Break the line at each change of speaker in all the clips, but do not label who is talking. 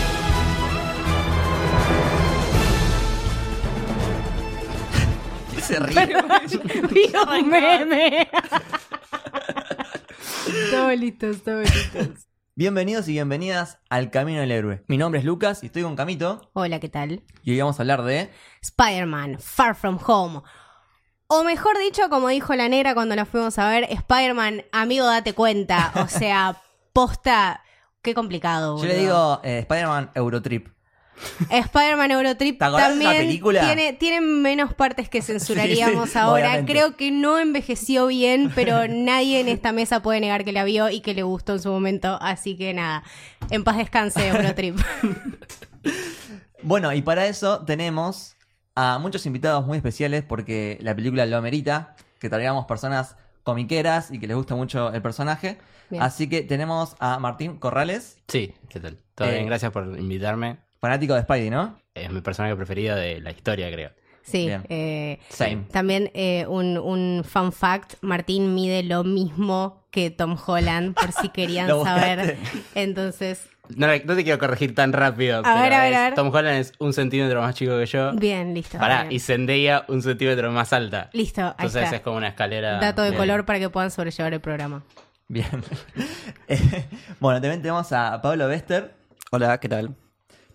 se ríe.
Vi un meme. Todos listos, todos listos.
Bienvenidos y bienvenidas al Camino del Héroe. Mi nombre es Lucas y estoy con Camito.
Hola, ¿qué tal?
Y hoy vamos a hablar de.
Spider-Man, Far From Home. O mejor dicho, como dijo la negra cuando la fuimos a ver, Spider-Man, amigo, date cuenta. O sea, posta, qué complicado.
Yo le
boludo.
digo eh, Spider-Man Eurotrip.
Spider-Man Eurotrip
¿Te acordás de esa
también
película?
tiene, tiene menos partes que censuraríamos
Sí, sí,
ahora.
obviamente.
Creo que no envejeció bien, pero nadie en esta mesa puede negar que la vio y que le gustó en su momento. Así que nada, en paz descanse Eurotrip.
Bueno, y para eso tenemos a muchos invitados muy especiales porque la película lo amerita, que traigamos personas comiqueras y que les gusta mucho el personaje.
Bien.
Así que tenemos a Martín Corrales,
Sí, ¿qué tal? Todo
Eh,
bien, gracias por invitarme.
fanático de Spidey, ¿no?
Es mi personaje preferido de la historia, creo.
Sí,
Bien.
eh,
Same.
también eh, un, un fun fact, Martín mide lo mismo que Tom Holland, por si querían
¿Lo
saber.
buscaste?
Entonces,
No, no te quiero corregir tan rápido.
A
pero
ver, a ver,
es-
a ver.
Tom Holland es un centímetro más chico que yo.
bien, listo.
Pará,
Bien.
y Zendaya un centímetro más alta.
Listo, ahí
Entonces
está.
es como una escalera.
Dato de
Bien.
color para que puedan sobrellevar el programa.
Bien. Eh, bueno, también tenemos a Pablo Bester.
Hola, ¿qué tal?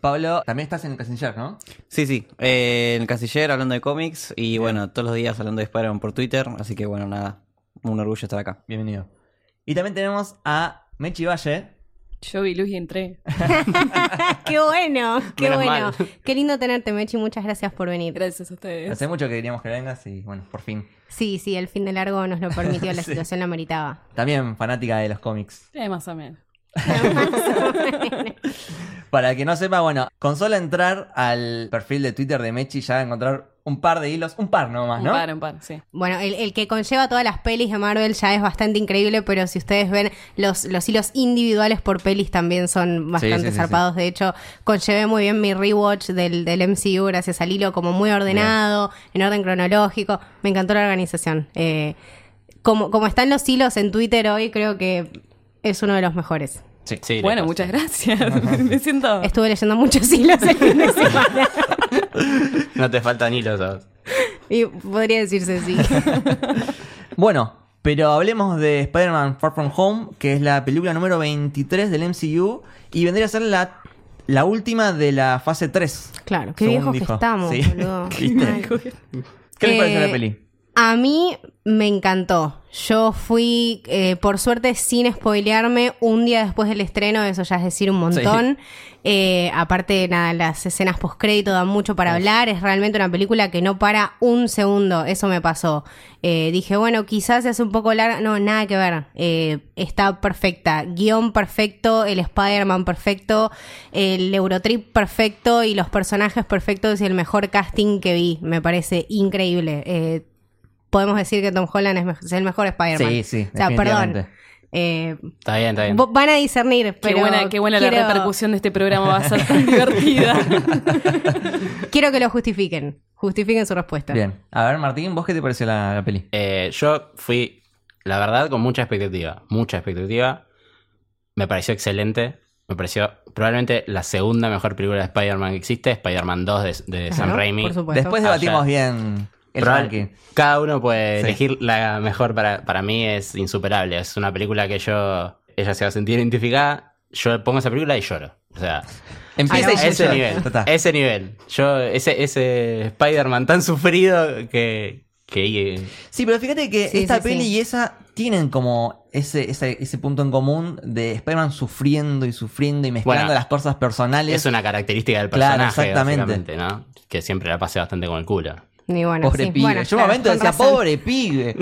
Pablo, también estás en el Canciller, ¿no?
Sí, sí, eh, en el Canciller hablando de cómics y bueno, todos los días hablando de Spider-Man por Twitter, así que bueno, nada, un orgullo estar acá.
Bienvenido. Y también tenemos a Mechi Valle.
Yo vi luz y entré.
qué bueno, qué
Menos
bueno.
mal.
Qué lindo tenerte, Mechi. Muchas gracias por venir.
Gracias a ustedes.
Hace mucho que queríamos que vengas y bueno, por fin.
Sí, sí, el fin de largo nos lo permitió, la
Sí.
situación lo meritaba.
También fanática de los cómics.
Eh, más o menos.
Para el que no sepa, bueno, con solo entrar al perfil de Twitter de Mechi ya va a encontrar un par de hilos, un par nomás,
Un
Ah, ¿no?
par, un par, sí.
Bueno, el, el que conlleva todas las pelis de Marvel ya es bastante increíble, pero si ustedes ven los, los hilos individuales por pelis también son bastante
sí, sí, sí.
zarpados. De hecho, conllevé muy bien mi rewatch del, del MCU gracias al hilo, como muy ordenado, en orden cronológico. Me encantó la organización. Eh, como, como están los hilos en Twitter hoy, creo que es uno de los mejores.
Sí, pues, sí,
bueno,
le
muchas
pasa.
gracias. Me siento.
Estuve leyendo muchos hilos el fin de semana.
No te faltan hilos. a vos.
Y podría decirse sí.
Bueno, pero hablemos de Spider-Man Far From Home, que es la película número 23 del MCU y vendría a ser la, la última de la fase 3.
Claro, qué
Según
viejos
dijo.
que estamos,
Sí.
boludo.
¿Viste?
Mal.
¿Qué les pareció
Eh,
la peli?
A mí me encantó. Yo fui, eh, por suerte, sin spoilearme, un día después del estreno, eso ya es decir un montón. Eh, aparte, nada, las escenas postcrédito dan mucho para hablar. Es realmente una película que no para un segundo. Eso me pasó. Eh, dije, bueno, quizás es un poco larga. No, nada que ver. Eh, está perfecta. Guión perfecto, el Spider-Man perfecto, el Eurotrip perfecto y los personajes perfectos y el mejor casting que vi. Me parece increíble. Eh, podemos decir que Tom Holland es, me- es el mejor Spider-Man.
Sí, sí,
O sea, perdón.
definitivamente.
Eh,
Está bien, está bien.
vo- van a discernir, pero
qué buena, qué buena
quiero-
la repercusión de este programa va a ser tan divertida.
Quiero que lo justifiquen. Justifiquen su respuesta.
Bien. A ver, Martín, ¿vos qué te pareció la, la peli?
Eh, yo fui, la verdad, con mucha expectativa. Mucha expectativa. Me pareció excelente. Me pareció probablemente la segunda mejor película de Spider-Man que existe. Spider-Man 2 de, de
Claro,
Sam Raimi.
Por supuesto.
Después
Ah,
debatimos
ya.
bien el
Probable-
ranking.
Cada uno puede
Sí.
elegir la mejor para, para mí es insuperable. Es una película que yo ella se va a sentir identificada. Yo pongo esa película y lloro. O sea,
Empieza
Ah,
y
no,
ya
ese
llora.
nivel.
Ya está.
Ese nivel. Yo, ese, ese Spider-Man tan sufrido que, que
Sí, pero fíjate que
Sí,
esta
sí,
peli
sí.
y esa tienen como ese, ese, ese punto en común de Spider-Man sufriendo y sufriendo y mezclando
Bueno,
las cosas personales.
es una característica del
Claro,
personaje,
exactamente.
básicamente, ¿no? Que siempre la pasé bastante con el culo.
Y bueno,
Pobre
sí.
pibe.
Bueno,
Yo un
claro,
momento
con
decía,
razón.
pobre pibe.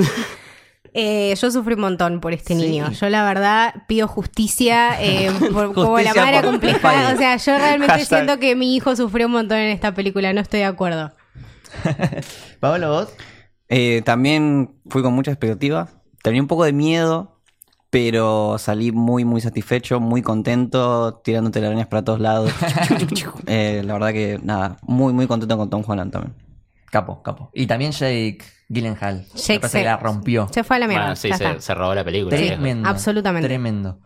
Eh, yo sufrí un montón por este
Sí.
niño. Yo, la verdad, pido justicia, eh, por- como la
Justicia
madre
por-
compleja. O sea, yo realmente
Hashtag.
siento que mi hijo sufrió un montón en esta película. No estoy de acuerdo.
Pablo, vos.
Eh, también fui con mucha expectativa, tenía un poco de miedo, pero salí muy, muy satisfecho, muy contento, tirando telarañas para todos lados. Eh, la verdad que nada, muy, muy contento con Tom Holland también.
Capo, capo. Y también Jake Gyllenhaal.
Jake
Me parece que la
se-
rompió.
Se fue a la mierda.
Bueno, sí,
ya
se,
está.
se robó la película. viejo.
Tremendo.
absolutamente.
Tremendo.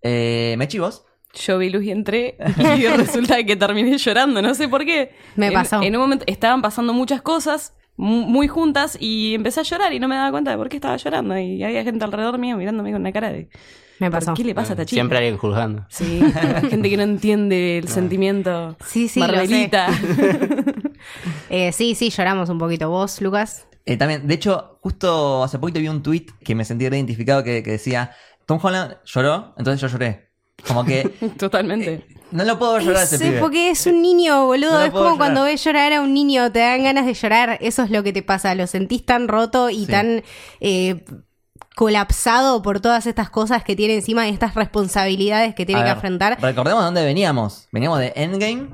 Eh, Mechi, vos.
Yo vi luz y entré y resulta que terminé llorando, no sé por qué.
Me
En-
pasó.
En un momento estaban pasando muchas cosas mu- muy juntas y empecé a llorar y no me daba cuenta de por qué estaba llorando. Y había gente alrededor mío mirándome con una cara de.
Me
"¿Por
pasó.
¿Qué le pasa a esta chica?
Siempre alguien juzgando.
Sí, gente que no entiende el sentimiento.
Sí, sí, lo sé.
Marvelita.
Eh, sí, sí, lloramos un poquito. ¿Vos, Lucas?
Eh, también, de hecho, justo hace poquito vi un tweet que me sentí reidentificado que, que decía, Tom Holland lloró, entonces yo lloré. Como que
Totalmente.
no lo puedo llorar a ese
Sí,
pibe.
porque es un niño, boludo.
No lo
es
puedo
como
llorar.
cuando ves llorar a un niño, te dan ganas de llorar. Eso es lo que te pasa. Lo sentís tan roto y
Sí.
tan eh, colapsado por todas estas cosas que tiene encima y estas responsabilidades que tiene
A
que
ver,
afrontar.
Recordemos de dónde veníamos. Veníamos de Endgame,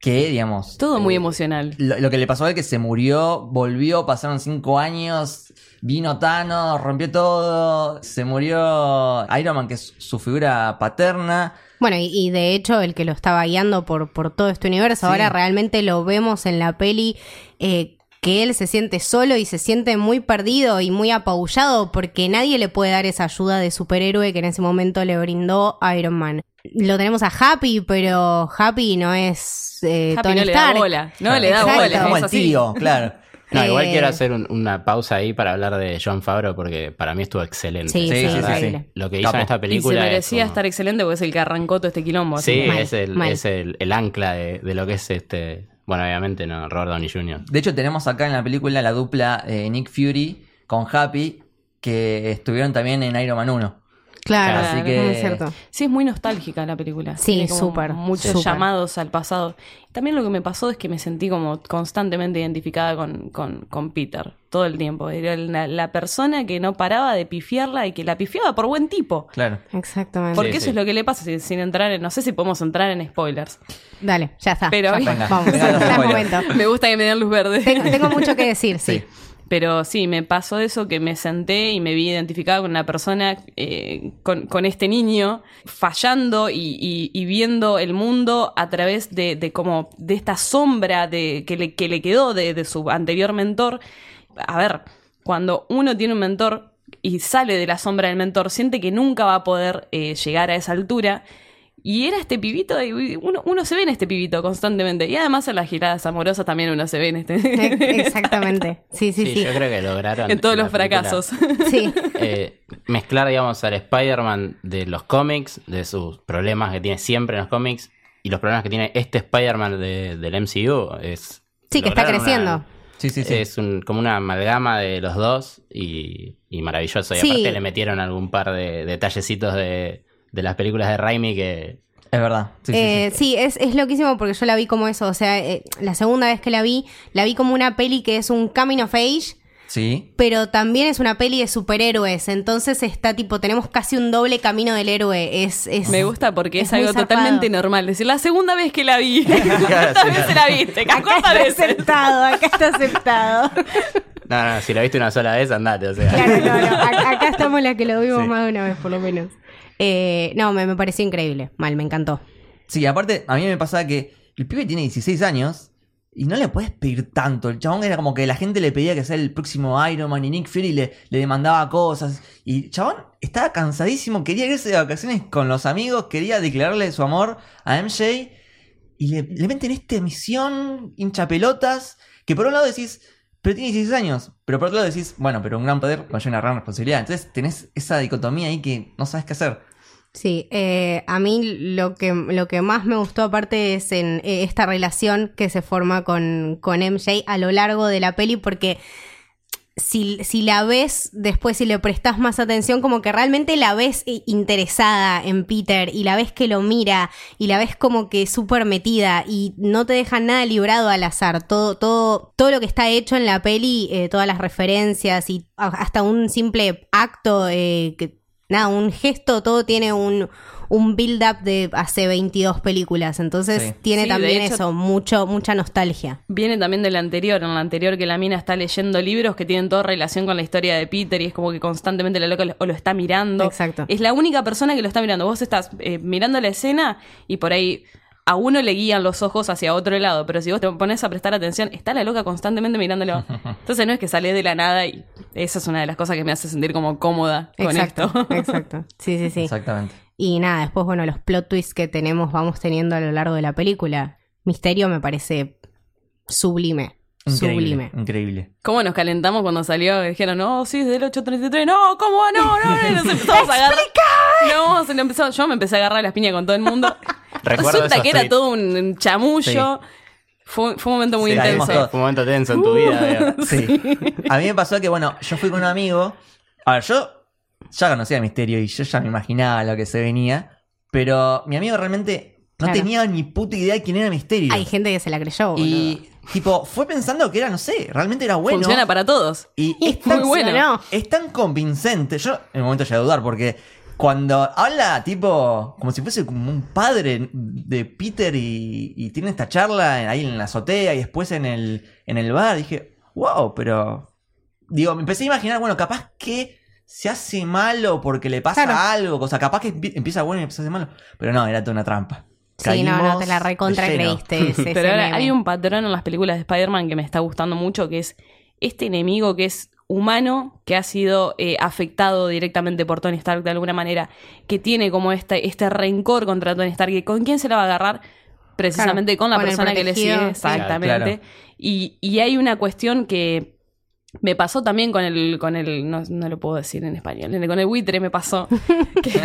que, digamos...
Todo muy
eh,
emocional.
Lo, lo que le pasó a él que se murió, volvió, pasaron cinco años, vino Thanos, rompió todo, se murió Iron Man, que es su figura paterna.
Bueno, y, y de hecho el que lo estaba guiando por, por todo este universo,
Sí.
ahora realmente lo vemos en la peli eh, que él se siente solo y se siente muy perdido y muy apabullado porque nadie le puede dar esa ayuda de superhéroe que en ese momento le brindó Iron Man. Lo tenemos a Happy, pero Happy no es eh,
Happy
Tony
no le da
Stark.
bola. No le da
Exacto.
Exacto,
bola.
Como
es
el
así.
tío, claro.
No, igual
Eh,
quiero hacer un- una pausa ahí para hablar de John Favreau porque para mí estuvo excelente.
Sí,
Sí, sí,
sí, sí,
increíble.
sí.
Lo que hizo
Capo.
en esta
Y se
película. es
merecía
como-
estar excelente porque es el que arrancó todo este quilombo. así
Sí,
que-
Mal,
es, el,
mal.
es el, el ancla de, de lo que es este. Bueno, obviamente no, Robert Downey Jr.
De hecho, tenemos acá en la película la dupla eh, Nick Fury con Happy, que estuvieron también en Iron Man 1.
Claro,
Así que-
es cierto.
Sí, es muy nostálgica la película.
Sí,
Tiene como
súper,
Muchos
súper.
llamados al pasado. También lo que me pasó es que me sentí como constantemente identificada con, con, con Peter todo el tiempo. Era la, la persona que no paraba de pifiarla y que la pifiaba por buen tipo.
Claro.
Exactamente.
Porque
Sí,
eso
sí.
es lo que le pasa sin, sin entrar en. No sé si podemos entrar en spoilers.
Dale, ya está.
Pero-
Ya fue.
Venga,
vamos,
venga, los
ya es
spoilers.
momento.
me gusta que me den luz verde.
Tengo, tengo mucho que decir, sí.
Sí.
Pero sí, me pasó eso que me senté y me vi identificada con una persona, eh, con, con este niño, fallando y, y- y viendo el mundo a través de, de como de esta sombra de, que, le, que le quedó de, de su anterior mentor. A ver, cuando uno tiene un mentor y sale de la sombra del mentor, siente que nunca va a poder eh, llegar a esa altura. Y era este pibito, y uno, uno se ve en este pibito constantemente. Y además en las giradas amorosas también uno se ve en este.
E- Exactamente. Sí, sí,
Sí,
sí.
yo creo que lograron.
en todos
la
los
película,
fracasos.
Sí.
eh, mezclar, digamos, al Spider-Man de los cómics, de sus problemas que tiene siempre en los cómics, y los problemas que tiene este Spider-Man de- del MCU. Es,
Sí, que está
lograron
creciendo.
Sí, sí, sí.
Es un- como una amalgama de los dos y, y maravilloso. Y
Sí.
aparte le metieron algún par de detallecitos de, de las películas de Raimi que...
Es verdad. Sí, sí,
Eh,
sí.
sí, es, es loquísimo porque yo la vi como eso. O sea, eh, la segunda vez que la vi, la vi como una peli que es un coming of age,
Sí.
pero también es una peli de superhéroes. Entonces está tipo, tenemos casi un doble camino del héroe. Es, es-
Me gusta porque es,
muy
algo
zarpado.
totalmente normal. Decir, la segunda vez que la vi. ¿Cuántas veces la viste?
Acá
¿Cuántas
está
veces?
aceptado, acá está aceptado.
No, no, si la viste una sola vez, andate, o sea.
Claro, no, no. a- Acá estamos las que lo vimos
Sí.
más de una vez, por lo menos. Eh, no, me, me pareció increíble. Mal, me encantó.
Sí, aparte, a mí me pasaba que el pibe tiene 16 años y no le puedes pedir tanto. El chabón era como que la gente le pedía que sea el próximo Iron Man y Nick Fury le, le demandaba cosas. Y el chabón estaba cansadísimo, quería irse de vacaciones con los amigos, quería declararle su amor a MJ. Y le, le meten esta misión hinchapelotas que por un lado decís, pero tiene 16 años. Pero por otro lado decís, bueno, pero un gran poder conlleva una gran responsabilidad. Entonces tenés esa dicotomía ahí que no sabes qué hacer.
Sí, eh, a mí lo que, lo que más me gustó aparte es en eh, esta relación que se forma con, con MJ a lo largo de la peli porque si, si la ves después, si le prestas más atención, como que realmente la ves i- interesada en Peter y la ves que lo mira y la ves como que súper metida y no te deja nada librado al azar. Todo, todo, todo lo que está hecho en la peli, eh, todas las referencias y a- hasta un simple acto, eh, que, nada, un gesto, todo tiene un, un build-up de hace 22 películas. Entonces
Sí.
tiene
Sí, de
también
hecho-
eso, mucho, mucha nostalgia.
Viene también de la anterior, en la anterior que la mina está leyendo libros que tienen toda relación con la historia de Peter y es como que constantemente la loca lo, o lo está mirando.
Exacto.
Es la única persona que lo está mirando. Vos estás eh, mirando la escena y por ahí a uno le guían los ojos hacia otro lado, pero si vos te pones a prestar atención, está la loca constantemente mirándolo. Entonces no es que sale de la nada y esa es una de las cosas que me hace sentir como cómoda con
Exacto,
esto.
exacto. Sí, sí, sí.
Exactamente.
Y nada, después, bueno, los plot twists que tenemos, vamos teniendo a lo largo de la película. Misterio me parece sublime.
Increíble,
Sublime.
increíble.
¿Cómo nos calentamos cuando salió? Dijeron, no, sí, es del 833. No, ¿cómo va? No, no, no. Y Nos empezamos a agarrar. No, se lo empezó, yo me empecé a agarrar las piñas con todo el mundo.
Recuerdo
Resulta
esos
que era
tweets.
todo un un chamullo. Fue, fue un momento muy
Sí, la
intenso.
vimos todos.
Fue un momento tenso en tu vida. Diego.
Sí. A mí me pasó que, bueno, yo fui con un amigo. A ver, yo ya conocía Misterio y yo ya me imaginaba lo que se venía. Pero mi amigo realmente no
Claro.
tenía ni puta idea de quién era Misterio.
Hay gente que se la creyó, boludo.
y, tipo, fue pensando que era, no sé, realmente era bueno.
Funciona para todos.
Y es
Muy
tan,
bueno.
Funcionó.
es tan convincente. Yo en un momento llegué a dudar porque cuando habla tipo como si fuese como un padre de Peter y, y tiene esta charla ahí en la azotea y después en el, en el bar, dije, wow, pero... Digo, me empecé a imaginar, bueno, capaz que se hace malo porque le pasa
Claro.
algo, cosa, capaz que empie- empieza bueno y empieza a hacer malo. Pero no, era toda una trampa.
Sí, no, no,
Caímos
te la recontra
de lleno.
creíste. ese- ese
Pero ahora
meme.
hay un patrón en las películas de Spider-Man que me está gustando mucho, que es este enemigo que es humano, que ha sido eh, afectado directamente por Tony Stark de alguna manera, que tiene como este, este rencor contra Tony Stark, y con quién se la va a agarrar, precisamente
Claro,
con la
con el
persona que le
protegido,
sigue,
sí.
exactamente.
Claro, claro.
Y, y hay una cuestión que me pasó también con el, con el, no, no lo puedo decir en español, con el buitre me pasó.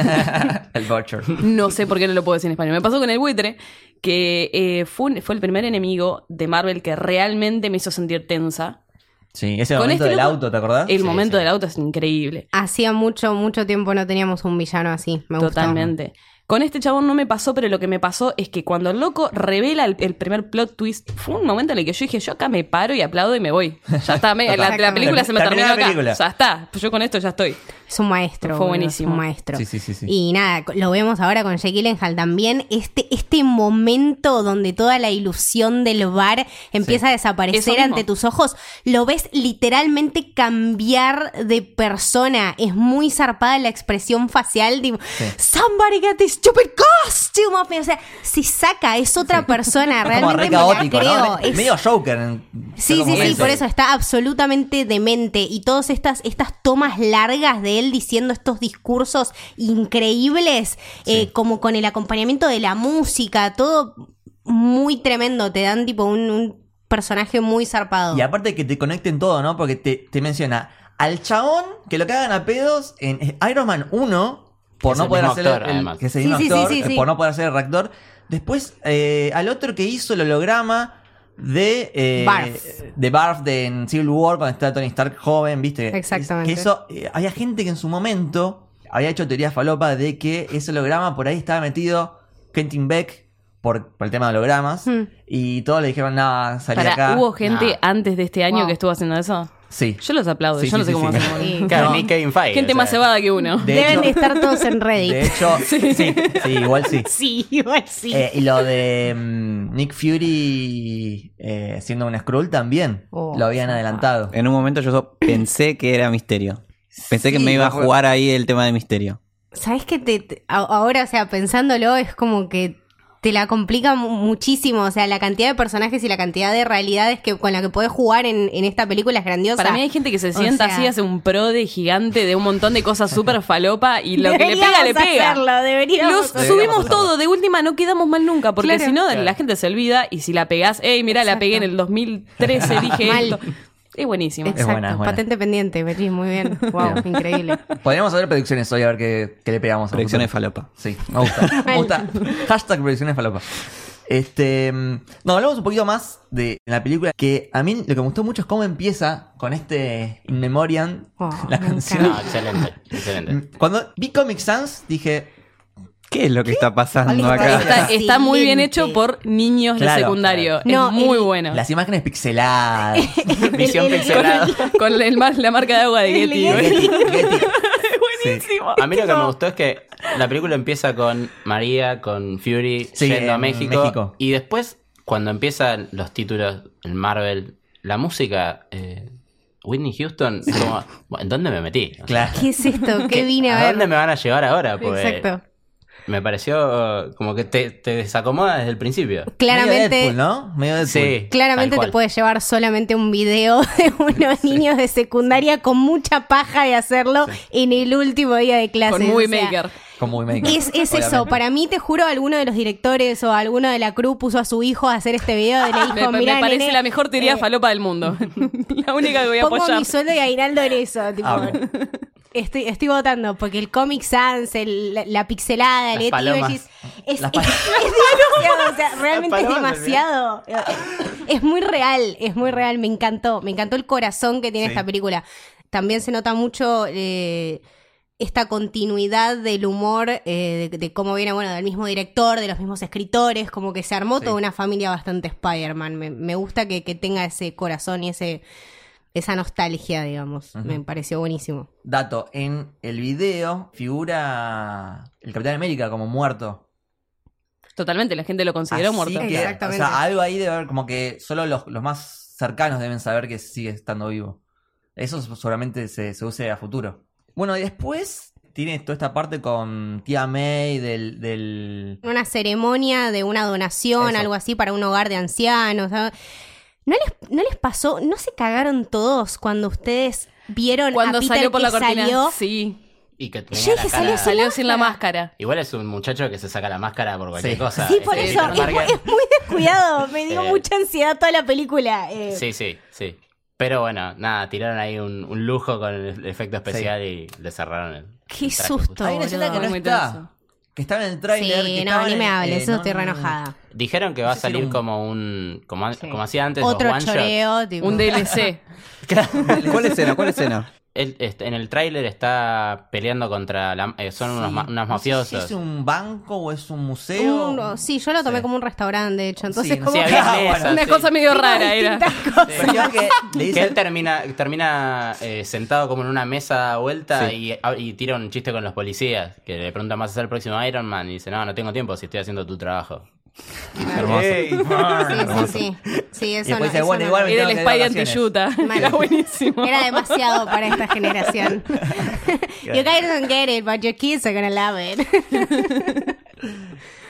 el Vulture.
No sé por qué no lo puedo decir en español. Me pasó con el buitre, que eh, fue, un- fue el primer enemigo de Marvel que realmente me hizo sentir tensa.
Sí, ese
Con
momento
este
del
loco-
auto, ¿te acordás?
El
Sí,
momento
sí.
del auto es increíble.
Hacía mucho, mucho tiempo no teníamos un villano así. Me gustó.
Totalmente. Con este chabón no me pasó, pero lo que me pasó es que cuando el loco revela el, el primer plot twist, fue un momento en el que yo dije, yo acá me paro y aplaudo y me voy. Ya está, me- la, la película se me
Terminé
terminó
la
acá.
película.
Ya está, yo con esto ya estoy.
Es un maestro. boludo,
Fue buenísimo.
es un maestro.
Sí, sí, sí, sí.
Y nada, lo vemos ahora con Jake Gyllenhaal también. Este, este momento donde toda la ilusión del bar empieza a
Eso
desaparecer
mismo.
ante tus ojos, lo ves literalmente cambiar de persona. Es muy zarpada la expresión facial. Tipo, Somebody get this stupid costume off me. O sea, si saca, es otra persona.
Es como
Realmente
re
me la
caótico,
creo.
¿no?
Es-
Medio Joker. en
Sí,
cierto
sí, sí,
momento.
por eso está absolutamente demente. Y todas estas, estas tomas largas de él diciendo estos discursos increíbles, eh, como con el acompañamiento de la música, todo muy tremendo. Te dan tipo un, un personaje muy zarpado.
Y aparte que te conecten todo, ¿no? Porque te, te menciona al chabón que lo cagan a pedos en eh, Iron Man 1 por
Es
no
el
poder
mismo
hacer
actor,
el-
además.
que es el
Sí,
mismo
sí, sí,
actor,
sí, sí.
eh, por no poder hacer el reactor. Después eh, al otro que hizo el holograma de eh,
Barf.
de Barf de en Civil War cuando está Tony Stark joven, ¿viste?
Exactamente.
Que eso eh, había gente que en su momento había hecho teorías falopa de que ese holograma por ahí estaba metido Kentin Beck por, por el tema de hologramas
Hmm.
y todos le dijeron nada, salí de
Para,
acá.
¿Hubo gente
Nah.
antes de este año
Wow.
que estuvo haciendo eso?
Sí.
Yo los aplaudo,
Sí,
yo
sí,
no sé
sí,
cómo
sí.
hacen, boludo.
Sí.
Claro,
No.
ni Kevin Feige.
Gente
o sea,
más cebada que uno.
De
Eh, Deben
hecho-
de estar todos en Reddit.
De hecho, sí, sí, igual sí.
Sí, igual sí.
Eh, y lo de mm, Nick Fury eh, siendo un Skrull también
Oh,
lo habían adelantado.
En un momento yo so- pensé que era misterio. Pensé que
Sí,
me iba a
bajo-
jugar ahí el tema de misterio.
¿Sabes que te, te- a- ahora, o sea, pensándolo, es como que te la complica mu- muchísimo? O sea, la cantidad de personajes y la cantidad de realidades que con la que podés jugar en, en esta película es grandiosa.
Para mí hay gente que se
o
sienta
sea-
así, hace un pro de gigante de un montón de cosas súper falopa y lo que le pega,
Deberíamos
le pega.
hacerlo, deberíamos
Los
hacerlo.
subimos todo, de última no quedamos mal nunca, porque
Claro.
si no la gente se olvida y si la pegás, hey, mira, la
Exacto.
pegué en el 2013, dije
Mal.
esto. Es buenísimo.
Exacto,
buena, es buena.
patente pendiente, Beatriz, muy bien. Wow,
Bien.
increíble.
Eh, Podríamos hacer predicciones hoy a ver qué, qué le pegamos. a
Proyecciones
futuro.
falopa.
Sí, me gusta. me gusta. Hashtag predicciones falopa. Este, mm, no, hablamos un poquito más de la película que a mí lo que me gustó mucho es cómo empieza con este In Memoriam,
Oh,
la
me
canción.
No, excelente, excelente.
Cuando vi Comic Sans dije,
¿Qué es lo que está pasando
Algo
acá?
Está, está muy bien hecho
Excelente.
por niños de
Claro.
secundario.
No,
es muy
el-
bueno.
las imágenes pixeladas.
Visión
El- el-
Con,
pixelada.
con el mar- la marca de agua de
El
Getty.
Getty.
boludo.
Getty, Getty.
Buenísimo.
A mí lo que me gustó es que la película empieza con María, con Fury
Sí,
yendo a
en
México,
México.
Y después, cuando empiezan los títulos, el Marvel, la música, eh, Whitney Houston, es como, "Bueno, ¿en dónde me metí? O sea,
Claro.
¿Qué es esto? ¿Qué vine
¿A
a
dónde
ver?
me van a llevar ahora? Porque
Exacto.
me pareció eh, como que te, te desacomoda desde el principio.
Claramente.
Medio Deadpool, ¿no? Medio Deadpool.
Sí.
Claramente
tal
te
cual.
puede llevar solamente un video de unos niños de secundaria con mucha paja de hacerlo en el último día de clases.
Con
o
Movie
sea,
Maker.
con Movie Maker.
Es, es eso,
Obviamente.
para mí te juro, alguno de los directores o alguno de la crew puso a su hijo a hacer este video y le
Me,
dijo,
me
mira,
parece
nene,
la mejor teoría
eh,
falopa del mundo. la única que voy a
pongo
apoyar.
mi sueldo y aguinaldo en eso. tipo,
Ah, bueno.
estoy, estoy votando porque el Comic Sans, el- la, la pixelada,
Las
el Etty
palomas.
Images, es, es,
Las pal-
es demasiado, o sea, realmente es
palomas,
demasiado. Es muy real, es muy real, me encantó, me encantó el corazón que tiene
Sí.
esta película. También se nota mucho... eh, esta continuidad del humor, eh, de, de cómo viene, bueno, del mismo director, de los mismos escritores, como que se armó
Sí.
toda una familia bastante Spider-Man. Me, me gusta que, que tenga ese corazón y ese esa nostalgia, digamos.
Ujú.
Me pareció buenísimo.
Dato, en el video figura el Capitán América como muerto.
Totalmente, la gente lo consideró
Así
muerto.
que,
Exactamente.
O sea, algo ahí de ver, como que solo los, los más cercanos deben saber que sigue estando vivo. Eso seguramente se, se use a futuro. Bueno, y después tiene toda esta parte con tía May del... del...
Una ceremonia de una donación,
Eso.
algo así, para un hogar de ancianos. ¿sabes? ¿No les, ¿No les pasó? ¿No se cagaron todos cuando ustedes vieron a
Cuando
Peter
salió por
que
la cortina.
Salió?
Sí.
Y que tenía
Yo
la
dije,
cara-
salió
Salió sin la máscara.
Igual es un muchacho que se saca la máscara por cualquier
Sí.
cosa. este,
Sí, por
Es
eso.
Peter
Es, mu-
Parker.
es muy descuidado. Me dio
Eh.
mucha ansiedad toda la película. eh.
Sí, sí, sí. Pero bueno, nada, tiraron ahí un, un lujo con el efecto especial y le cerraron el.
Qué
el traje
susto,
justo.
Hay una escena que
boludo.
no
Muy
está.
tenso.
Que estaba en el tráiler. que
Sí, no,
estaba
ni
en
me
el-
hables.
eh,
eso
no,
estoy
no,
re
no.
enojada.
Dijeron que va a
sé si era
salir
un-
como un. Como, an-
Sí.
como hacía antes, los
Otro
one shots.
choreo, tipo.
Un DLC.
¿Cuál escena? ¿Cuál escena?
Él, este, en el tráiler está peleando contra. la- eh, son unos,
Sí.
ma- unos
No sé si
mafiosos.
¿Es un banco o es un museo?
Un- sí, yo lo tomé
Sí.
como un restaurante, de hecho. Entonces,
Sí,
como
Sí,
que-
había
Ah,
mesas,
Una
sí.
cosa medio rara era.
distintas cosas.
Pero creo que le
Que
dice
él termina, termina eh, sentado como en una mesa a vuelta y, a- y tira un chiste con los policías. Que le preguntan, ¿vas a hacer el próximo Iron Man? Y dice, no, no tengo tiempo si estoy haciendo tu trabajo.
Sí, sí, sí. Sí,
Y
eso no,
después dice,
eso
bueno,
no-
igual me tengo
Era el
que ir de
Spidey
vacaciones.
anti-Yuta.
Mal.
Era buenísimo.
Era demasiado para esta generación. you guys don't get it, but your kids are gonna love it.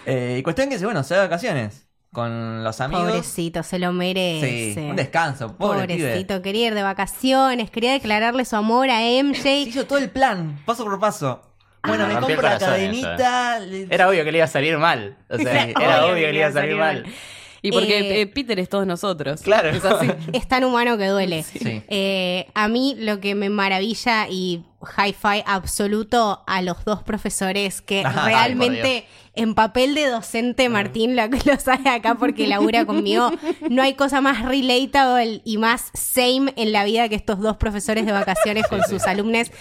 Eh, y cuestión que dice, bueno, se va de vacaciones con los amigos.
Pobrecito, se lo merece.
Sí, un descanso, pobre
Pobrecito,
pibe.
quería ir de vacaciones, quería declararle su amor a
Se
MJ.
hizo todo el plan, paso por paso. Bueno,
Ah,
me
rompió
compro
el
la
corazón eso,
cadenita. le-
Era obvio que le iba a salir mal. O sea,
Sí,
era
obvio
obvio que le iba a salir mal.
Y porque
Eh,
eh, Peter es todos nosotros.
Claro.
Es así.
Es tan humano que duele.
Sí.
Eh, a mí lo que me maravilla y hi-fi absoluto a los dos profesores que
Ajá, ay,
realmente en papel de docente
Mm.
Martín lo, lo sabe acá porque labura conmigo. No hay cosa más relatable y más same en la vida que estos dos profesores de vacaciones con sus alumnos.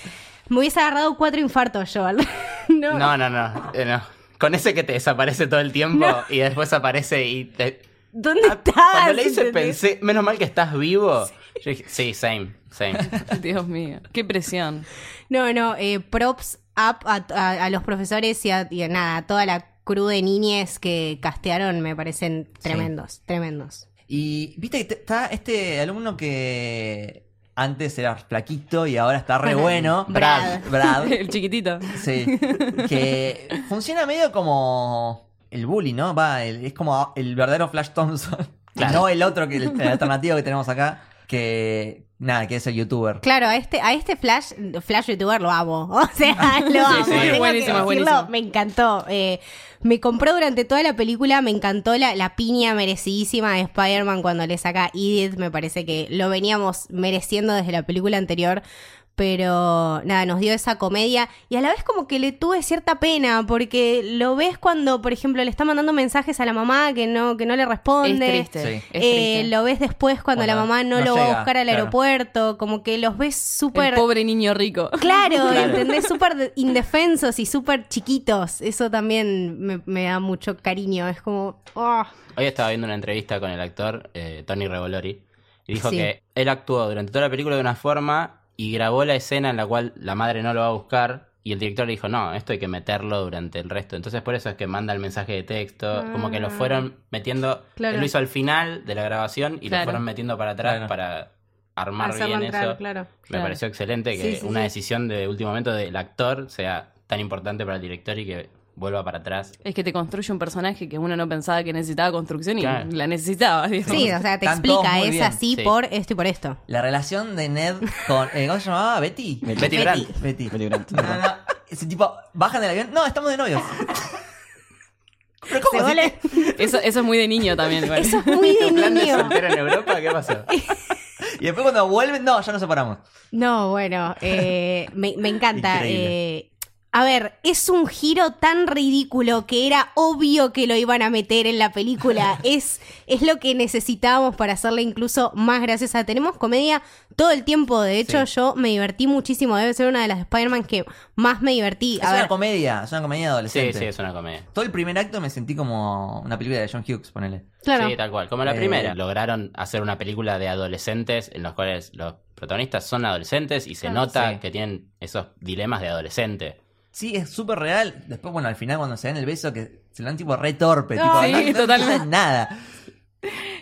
Me hubiese agarrado cuatro infartos yo. No,
No, no, no, eh, no. Con ese que te desaparece todo el tiempo y después aparece y te...
¿Dónde estás?
Ah, Cuando le hice
¿Entendés?
pensé, menos mal que estás vivo. Yo dije, sí, same, same.
Dios mío. Qué presión.
No, no, eh, props up a, a- a los profesores y a, y a nada, a toda la crew de niñes que castearon, me parecen tremendos, tremendos.
Y viste que te- está este alumno que antes era flaquito y ahora está re bueno.
Brad.
Brad.
El chiquitito.
Sí. Que funciona medio como el bully, ¿no? Va, el- es como el verdadero Flash Thompson.
Claro.
No el otro, que el, el alternativo que tenemos acá. Que, nada, que es el youtuber.
Claro, a este, a este Flash, Flash YouTuber lo amo. O sea, lo amo.
Ah. sí,
tengo que
buenísimo,
decirlo,
buenísimo.
Me encantó. Eh, me compró durante toda la película, me encantó la, la piña merecidísima de Spider-Man cuando le saca Edith. Me parece que lo veníamos mereciendo desde la película anterior. Pero nada, nos dio esa comedia y a la vez como que le tuve cierta pena porque lo ves cuando, por ejemplo, le está mandando mensajes a la mamá que no, que no le
Es
responde.
triste.
Sí.
es
Eh,
triste.
lo ves después cuando
Bueno,
la mamá no,
no
lo va
llega,
a buscar al
claro.
aeropuerto, como que los ves
El
súper...
pobre niño rico.
Claro, ¿entendés? Súper de- indefensos y súper chiquitos. Eso también me, me da mucho cariño. Es como... oh.
Hoy estaba viendo una entrevista con el actor eh, Tony Revolori y dijo
Sí.
que él actuó durante toda la película de una forma y grabó la escena en la cual la madre no lo va a buscar y el director le dijo, no, esto hay que meterlo durante el resto. Entonces por eso es que manda el mensaje de texto, como que lo fueron metiendo,
Ah. Claro.
él lo hizo al final de la grabación y lo
Claro.
fueron metiendo para atrás
Claro.
para armar
Hacerlo
bien
entrar,
eso.
claro.
Me
Claro.
pareció excelente que
Sí, sí,
una
sí.
decisión de último momento del actor sea tan importante para el director y que vuelva para atrás.
Es que te construye un personaje que uno no pensaba que necesitaba construcción y
Claro.
la necesitaba. digamos.
Sí, o sea, te
Están todos
explica.
muy
Es
bien,
así
sí.
por esto y por esto.
La relación de Ned con. eh, ¿Cómo se llamaba? ¿Betty?
Betty Brandt.
Betty.
Betty Brandt.
No, no. ese tipo, bajan del avión. No, estamos de novios. Pero ¿cómo?
Se
Si-
vuelve-
Eso, eso es muy de niño también. igual.
Eso es muy de
¿Tu plan de
niño.
soltero en Europa? ¿Qué pasó?
Y después cuando vuelven, no, ya nos separamos.
No, bueno, eh, me, me encanta.
Increíble.
eh, a ver, es un giro tan ridículo que era obvio que lo iban a meter en la película. es, es lo que necesitábamos para hacerla incluso más graciosa. Tenemos comedia todo el tiempo. De hecho, yo me divertí muchísimo. Debe ser una de las Spider-Man que más me divertí.
Es
A
una
ver,
comedia, es una comedia
Sí,
adolescente.
sí, es una comedia.
Todo el primer acto me sentí como una película de John Hughes, ponele.
claro.
Sí, tal cual. Como la
Eh,
primera. Lograron hacer una película de adolescentes en los cuales los protagonistas son adolescentes y se
Claro.
nota
Sí.
que tienen esos dilemas de adolescente.
Sí, es súper real. Después, bueno, al final cuando se dan el beso, que se lo dan tipo re torpe.
Ah,
tipo,
sí,
no- no,
totalmente.
dicen nada.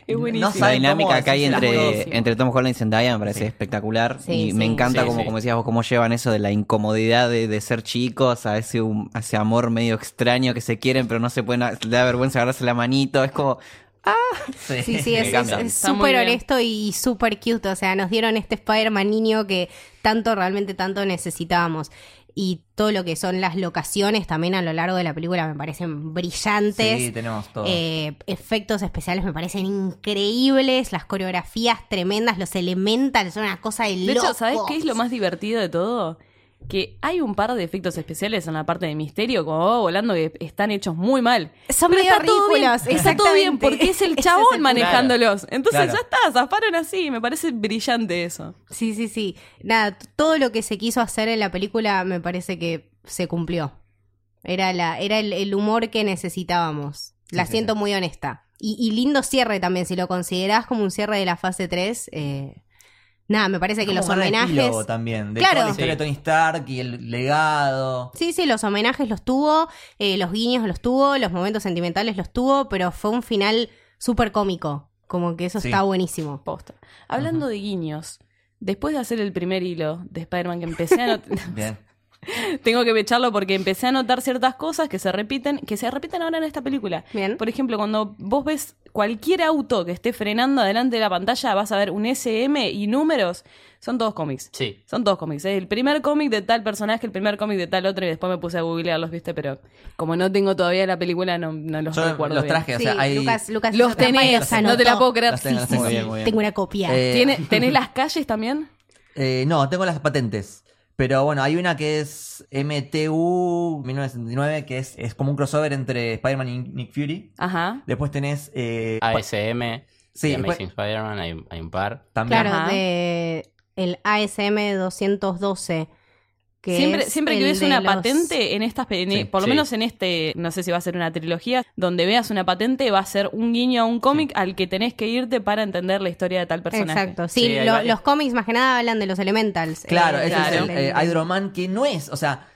Es
No
buenísimo.
La
saben
dinámica
cómo
que hay
decirse las
entre,
cosas.
entre Tom Holland y Zendaya me parece espectacular.
Sí,
y
sí.
me encanta,
Sí,
como,
sí.
como decías vos, cómo llevan eso de la incomodidad de, de ser chicos a ese, hum- a ese amor medio extraño que se quieren, pero no se pueden. Le da vergüenza agarrarse la manito. Es como.
Sí,
Sí, sí, es-
Me
es
encanta.
es
Está muy
súper
bien.
honesto y súper cute. O sea, nos dieron este Spider-Man niño que tanto, realmente tanto necesitábamos. Y todo lo que son las locaciones también a lo largo de la película me parecen brillantes.
Sí, tenemos todo.
Eh, efectos especiales me parecen increíbles, las coreografías tremendas, los elementales, son una cosa de
De hecho, ¿sabes
locos.
qué es lo más divertido de todo? Que hay un par de efectos especiales en la parte de misterio, como oh, volando, que están hechos muy mal.
Son medio
está todo bien,
ridículos,
Está todo bien
exactamente.
porque es el
Ese es
chabón
el punto.
manejándolos. Entonces
Claro.
ya está, zafaron así. Me parece brillante eso.
Sí, sí, sí. Nada, t- todo lo que se quiso hacer en la película me parece que se cumplió. Era, la, era el, el humor que necesitábamos. La
Sí, sí,
siento muy honesta. Y, y lindo cierre también, si lo considerás como un cierre de la fase 3. eh, nada, me parece que
Como
los
un gran
homenajes...
epílogo también, de
Claro.
toda la historia
Sí.
de Tony Stark y el legado.
Sí, sí, los homenajes los tuvo, eh, los guiños los tuvo, los momentos sentimentales los tuvo, pero fue un final súper cómico. Como que eso
Sí.
está buenísimo.
Posta. Hablando de guiños, después de hacer el primer hilo de Spider-Man que empecé a not-
Bien.
Tengo que pecharlo porque empecé a notar ciertas cosas que se repiten, que se repiten ahora en esta película.
¿Mm?
Bien.
Por ejemplo, cuando vos ves cualquier auto que esté frenando adelante de la pantalla, vas a ver un SM y números. Son todos cómics.
Sí.
Son todos cómics. Es el primer cómic de tal personaje, el primer cómic de tal otro, y después me puse a googlearlos, ¿viste? Pero como no tengo todavía la película, no, no los
Yo
recuerdo.
los
bien.
traje, o
Sí,
sea, hay...
Lucas, Lucas
Los
Zapata los
tenés, no te
anotó.
la puedo creer.
Los tengo,
Sí,
los tengo.
sí, sí.
Muy bien, muy bien.
Tengo una copia.
Eh,
¿Tiene- ¿Tenés las calles también?
Eh, no, tengo las patentes. Pero bueno, hay una que es MTU 1969, que es, es como un crossover entre Spider-Man y Nick Fury.
Ajá.
Después tenés... Eh, pa-
ASM,
Sí, después-
de
pues-
Amazing Spider-Man, hay, hay un par.
también.
Claro,
Ajá.
de el ASM 212. Que
Siempre,
es
siempre que
el
ves
de
una
los-
patente en estas, pe- en-
Sí,
por lo
sí.
menos en este, no sé si va a ser una trilogía, donde veas una patente va a ser un guiño a un cómic al que tenés que irte para entender la historia de tal personaje.
Exacto, sí,
Sí, hay
lo-
varios.
los cómics más que nada hablan de los elementals.
Claro,
eh,
ese
claro.
es el eh, Iron Man que no es, o sea,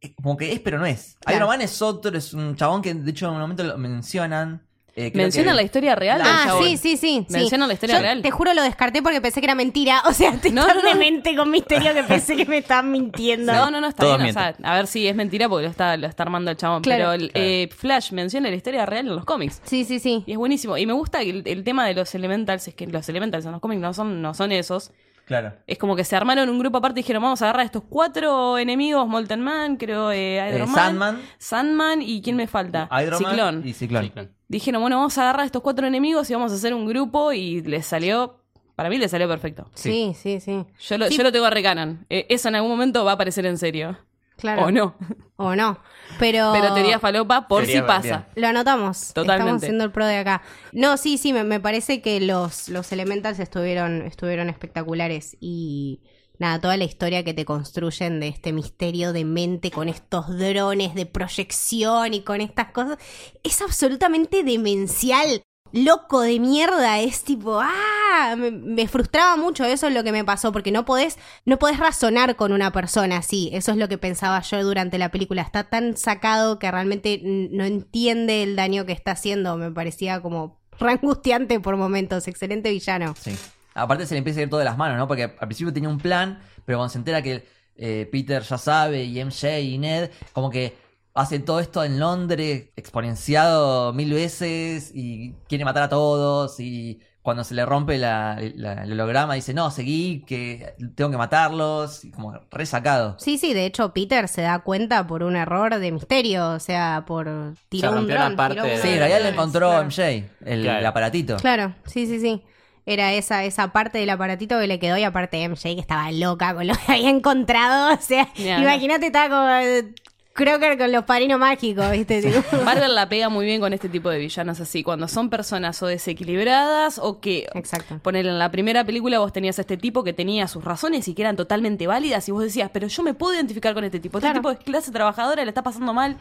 eh, como que es, pero no es.
Claro.
Iron Man es otro, es un chabón que de hecho en un momento lo mencionan. eh, creo
Menciona
que-
la historia real. del
Ah,
chabón.
sí, sí, sí. sí.
Menciona la historia
Yo
real.
Te juro lo descarté porque pensé que era mentira. O sea, estoy
No,
tan
no, no.
demente con mi historia que pensé que me estaban mintiendo.
No, no, no, está
Todos
bien. o sea, a ver si es mentira porque lo está, lo está armando el chabón.
Claro.
Pero el, eh, Flash menciona la historia real en los cómics.
Sí, sí, sí.
Y es buenísimo. Y me gusta el, el tema de los elementals, es que los elementals en los cómics no son, no son esos.
Claro.
Es como que se armaron un grupo aparte y dijeron, vamos a agarrar a estos cuatro enemigos, Molten Man, creo, eh, Iron
Eh,
Man,
Sandman.
Sandman, y ¿quién me falta?
Iron Man
Ciclón.
y Ciclón.
Ciclón.
Dijeron, bueno, vamos a agarrar a estos cuatro enemigos y vamos a hacer un grupo y les salió, para mí les salió perfecto.
Sí, sí, sí.
Yo lo, yo lo tengo a recanon. Eh, eso en algún momento va a aparecer en serio.
Claro.
O no.
O no. Pero.
Pero teoría falopa por
Sería
si pasa.
Lo anotamos.
Totalmente.
Estamos haciendo el pro de acá. No, sí, sí, me, me parece que los, los elementals estuvieron, estuvieron espectaculares. Y nada, toda la historia que te construyen de este misterio de mente con estos drones de proyección y con estas cosas es absolutamente demencial. Loco de mierda, es tipo, ah, me, me frustraba mucho, eso es lo que me pasó, porque no podés, no podés razonar con una persona así, eso es lo que pensaba yo durante la película, está tan sacado que realmente mm, no entiende el daño que está haciendo, me parecía como re angustiante por momentos, excelente villano.
Sí. Aparte se le empieza a ir todo de las manos, ¿no? Porque al principio tenía un plan, pero cuando se entera que eh, Peter ya sabe, y MJ y Ned, como que hace todo esto en Londres, exponenciado mil veces, y quiere matar a todos, y cuando se le rompe la, la- el holograma, dice, no, seguí, que tengo que matarlos, y como resacado.
Sí, sí, de hecho Peter se da cuenta por un error de misterio, o sea, por tiró un
rompió la
dron,
parte
tiró un
de-
Sí,
dron.
en realidad le encontró
Claro.
MJ, el,
Claro.
el aparatito.
Claro, sí, sí, sí. Era esa, esa parte del aparatito que le quedó y aparte MJ que estaba loca con lo que había encontrado, o sea,
Ya,
imagínate estaba como eh, Crocker con los parinos mágicos, ¿viste? Tipo,
Marvel la pega muy bien con este tipo de villanos así, cuando son personas o desequilibradas o que
Exacto.
Poner en la primera película vos tenías a este tipo que tenía sus razones y que eran totalmente válidas y vos decías, pero yo me puedo identificar con este tipo. Este
Claro.
tipo es clase trabajadora, le está pasando mal.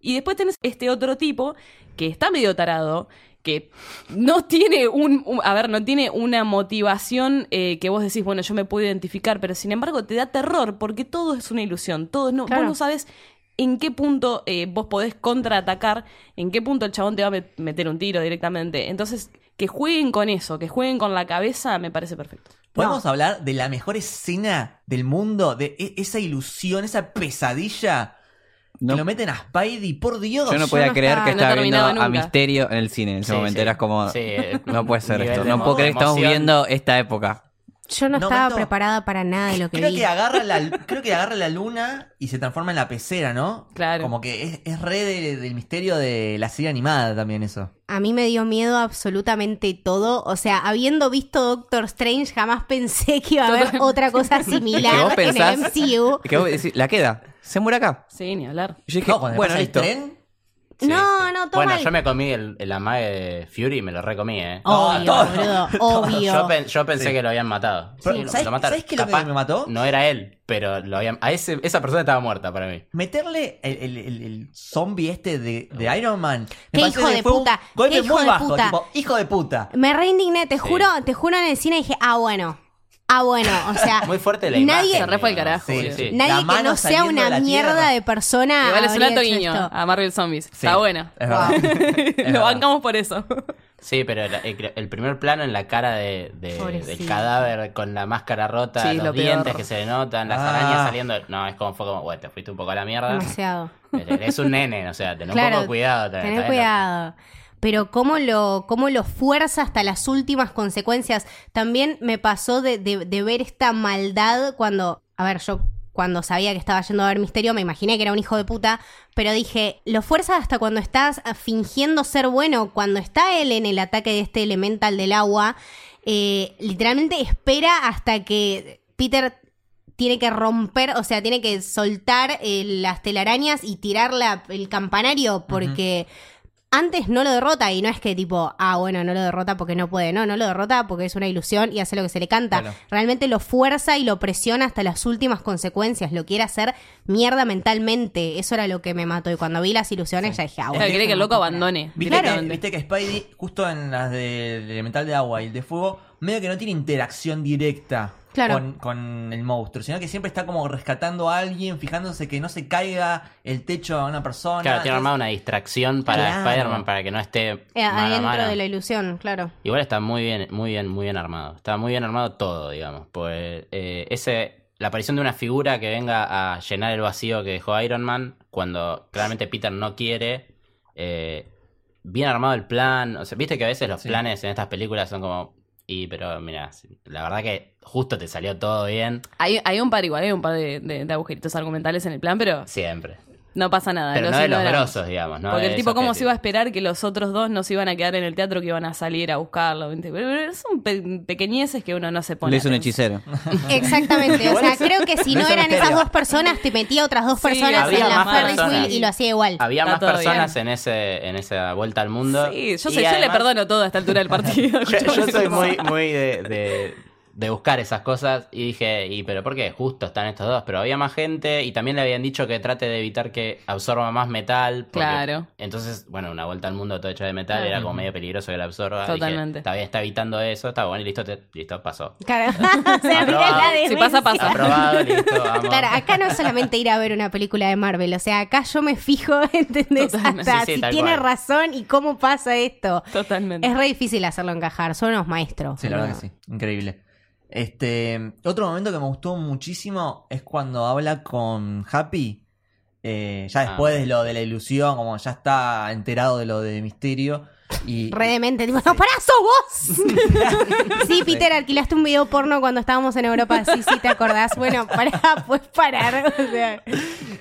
Y después tenés este otro tipo que está medio tarado, que no tiene un, un- a ver, no tiene una motivación eh, que vos decís, bueno, yo me puedo identificar, pero sin embargo te da terror porque todo es una ilusión, todo es no,
Claro.
vos no sabes en qué punto eh, vos podés contraatacar, en qué punto el chabón te va a met- meter un tiro directamente. Entonces, que jueguen con eso, que jueguen con la cabeza, me parece perfecto.
¿Podemos hablar de la mejor escena del mundo? De e- esa ilusión, esa pesadilla.
No.
Que lo meten a Spidey, por Dios.
Yo no podía
no
creer
estaba-
que
no
estaba viendo
terminaba
a
nunca.
Misterio en el cine. En ese
Sí,
momento
sí.
eras como,
Sí, eh,
no puede ser
nivel
esto.
de
No
emo-
puedo creer que estamos
emoción.
viendo esta época.
Yo no,
No,
estaba
Beto.
preparada para nada de lo que
Creo
vi.
que, agarra la, creo que agarra la luna y se transforma en la pecera, ¿no?
Claro.
Como que es, es re de- del misterio de la serie animada también eso.
A mí me dio miedo absolutamente todo. O sea, habiendo visto Doctor Strange, jamás pensé que iba a haber otra cosa
Que vos
similar en
pensás-
el MCU.
Que vos decís, la queda. Se muere acá.
Sí, ni hablar.
Yo dije,
No, cuando le
bueno,
pasa el
listo.
tren.
Sí,
no,
sí.
no, toma
Bueno,
el-
yo me comí el, el amague de Fury y me lo recomí, ¿eh?
Obvio,
todo.
boludo,
Yo,
obvio.
pen- yo pensé que lo habían matado.
Pero,
Sí, lo-
¿sabes-
lo mataron.
sabes qué es lo que
Capaz
me mató?
No era él, pero lo habían. A ese, esa persona estaba muerta para mí.
Meterle el, el, el- el zombie este de, de Iron Man.
Qué
parece
hijo
que
de
fue un
puta,
golpe
qué hijo
muy
de
bajo,
puta.
tipo, hijo de puta.
Me reindigné, te juro, te juro en el cine dije, ah, bueno, ah, bueno, o sea,
Muy fuerte la
nadie,
imagen.
Se re fue el carajo,
Sí,
boludo.
sí. La
nadie que
mano
no sea
saliendo de
una
la
mierda
tierra.
de persona.
Igual es un
Ah, habría
alto
hecho
guiño Ah,
esto.
a Marvel Zombies. Está
Sí,
bueno.
es verdad. Es
lo
verdad.
bancamos por eso.
Sí, pero la- el, el primer plano en la cara de, de-
Pobrecito.
del cadáver con la máscara rota,
Sí, lo
los
peor.
dientes que se le notan, las
Ah.
arañas saliendo. No, es como fue como, bueno, te fuiste un poco a la mierda.
Demasiado.
Es un nene, o sea, ten un
Claro,
poco de cuidado. también,
Tener
también.
cuidado. Pero cómo lo, cómo lo fuerza hasta las últimas consecuencias. También me pasó de, de- de ver esta maldad cuando. A ver, yo cuando sabía que estaba yendo a ver Misterio me imaginé que era un hijo de puta. Pero dije, lo fuerza hasta cuando estás fingiendo ser bueno. Cuando está él en el ataque de este elemental del agua. eh, literalmente espera hasta que Peter tiene que romper, o sea, tiene que soltar eh, las telarañas y tirar la- el campanario porque antes no lo derrota y no es que tipo, ah, bueno, no lo derrota porque no puede, no, no lo derrota porque es una ilusión y hace lo que se le canta.
Claro.
Realmente lo fuerza y lo presiona hasta las últimas consecuencias, lo quiere hacer mierda mentalmente, eso era lo que me mató y cuando vi las ilusiones ya dije, ah,
O
bueno.
sea, quiere que el loco
no puedo
abandone.
Viste, que,
directamente.
viste que Spidey, justo en las del elemental de agua y el de fuego, medio que no tiene interacción directa
Claro.
con, con el monstruo, sino que siempre está como rescatando a alguien, fijándose que no se caiga el techo a una persona.
Claro,
Entonces,
tiene armada una distracción para
Claro.
Spider-Man para que no esté
creer. Eh,
mano a
adentro
mano.
de la ilusión, claro.
Igual está muy bien, muy bien, muy bien armado. Está muy bien armado todo, digamos. Pues eh, ese, la aparición de una figura que venga a llenar el vacío que dejó Iron Man cuando claramente Peter no quiere. eh, bien armado el plan. O sea, viste que a veces los
Sí.
planes en estas películas son como. Y pero mira, la verdad que justo te salió todo bien
Hay, hay un par igual, hay un par de, de- de agujeritos argumentales en el plan, pero
siempre.
Ah, no pasa nada.
Pero no de los
ignoramos.
grosos, digamos, ¿no?
Porque
De
el tipo,
esos
¿cómo
que-
se iba a esperar que los otros dos no se iban a quedar en el teatro, que iban a salir a buscarlo? ¿viste? Pero Son pe- pequeñeces que uno no se pone.
Le hizo un
atención.
hechicero.
Exactamente, o
Igual
sea,
es-
creo que si
lo
no
hizo
eran
Misterio.
esas dos personas, te metía otras dos
Sí,
personas
había
en la
más
Ferris
personas.
wheel y lo hacía igual.
Había
Está
más
todo
personas en ese en esa vuelta al mundo.
Sí, yo,
Y
sé, yo le
además-
perdono todo a esta altura del partido.
Yo, yo soy muy, muy de, de- de buscar esas cosas y dije, ¿y pero por qué? Justo están estos dos, pero había más gente y también le habían dicho que trate de evitar que absorba más metal. porque-
Claro.
Entonces, bueno, una vuelta al mundo todo hecho de metal
Claro.
era como medio peligroso que la absorba. Dije,
Totalmente.
está bien, está evitando eso, está bueno y listo, te- listo, pasó.
Claro. O sea, mirá la
Aprobado.
Si
demencia.
pasa, pasa.
Aprobado, listo, vamos.
Claro, acá no es solamente ir a ver una película de Marvel, o sea, acá yo me fijo, ¿entendés?
Totalmente.
Hasta
Sí, sí,
si
tal
tiene
cual.
razón y cómo pasa esto.
Totalmente.
Es re difícil hacerlo encajar, son unos maestros.
Sí, la verdad
boludo.
que sí. Increíble. Este, otro momento que me gustó muchísimo es cuando habla con Happy. eh, ya después
Ah.
de lo de la ilusión, como ya está enterado de lo de misterio. Y,
Re demente, tipo, no, pará, sos vos. sí, Peter, alquilaste un video porno cuando estábamos en Europa. Sí, sí, te acordás. Bueno, pará, puedes parar. O sea,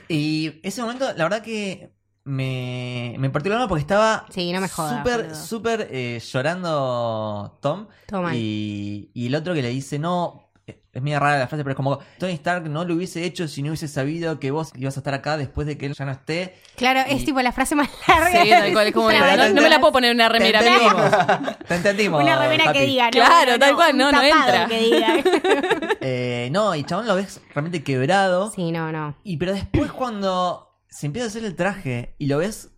y ese momento, la verdad que me, me partió el alma porque estaba
Sí, no me jodas,
súper,
boludo.
súper eh, llorando Tom.
Todo mal.
Y, y el otro que le dice, no, eh, es media rara la frase, pero es como, Tony Stark no lo hubiese hecho si no hubiese sabido que vos ibas a estar acá después de que él ya no esté.
claro, es tipo la frase más larga.
Sí, tal cual, es como,
Una
no,
remera-
no- no me la puedo poner en una remera
Te
mía.
entendimos. Te entendimos.
Una remera que
papi.
diga, ¿no?
Claro, tal cual,
un
no, no
tapado
entra.
que diga.
Eh, no, y chabón lo ves realmente quebrado.
sí, no, no.
Y pero después cuando se empieza a hacer el traje y lo ves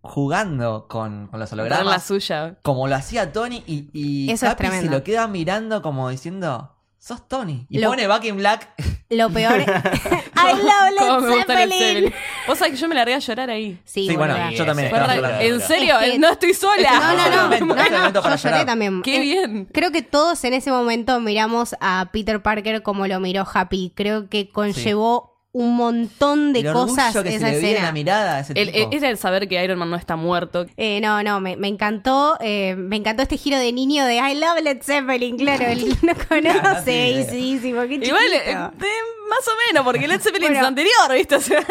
jugando con, con los
Dar la
hologramas,
suya.
como lo hacía Tony, y, y
Eso es
Happy se
tremendo.
lo queda mirando como diciendo, sos Tony. Y
Lo-
pone Back in Black.
Lo peor. I
Cómo
love
me
Led
gusta Led
Zeppelin.
Zeppelin. Vos sabés que yo me largué a llorar ahí.
Sí,
Sí, bueno,
boluda.
yo también
Fue
estaba
re-
llorando.
en serio,
Es que-
no estoy sola.
No, no, no.
Momento,
no,
ese
no,
momento para
yo lloré
llorar.
también.
Qué
Eh,
bien.
Creo que todos en ese momento miramos a Peter Parker como lo miró Happy. Creo que conllevó un montón de
El orgullo
cosas
que
esa
se le veía en
escena.
la mirada a ese
El-
tipo.
es el saber que Iron Man no está muerto.
Eh, no, no, me, me encantó, eh, me encantó este giro de niño de I love Led Zeppelin, claro, él no
no
conoce,
tiene
y sí, sí, porque
Igual, eh,
chiquito.
de- más o menos, porque Led Zeppelin es
Bueno.
anterior, ¿viste? O sea,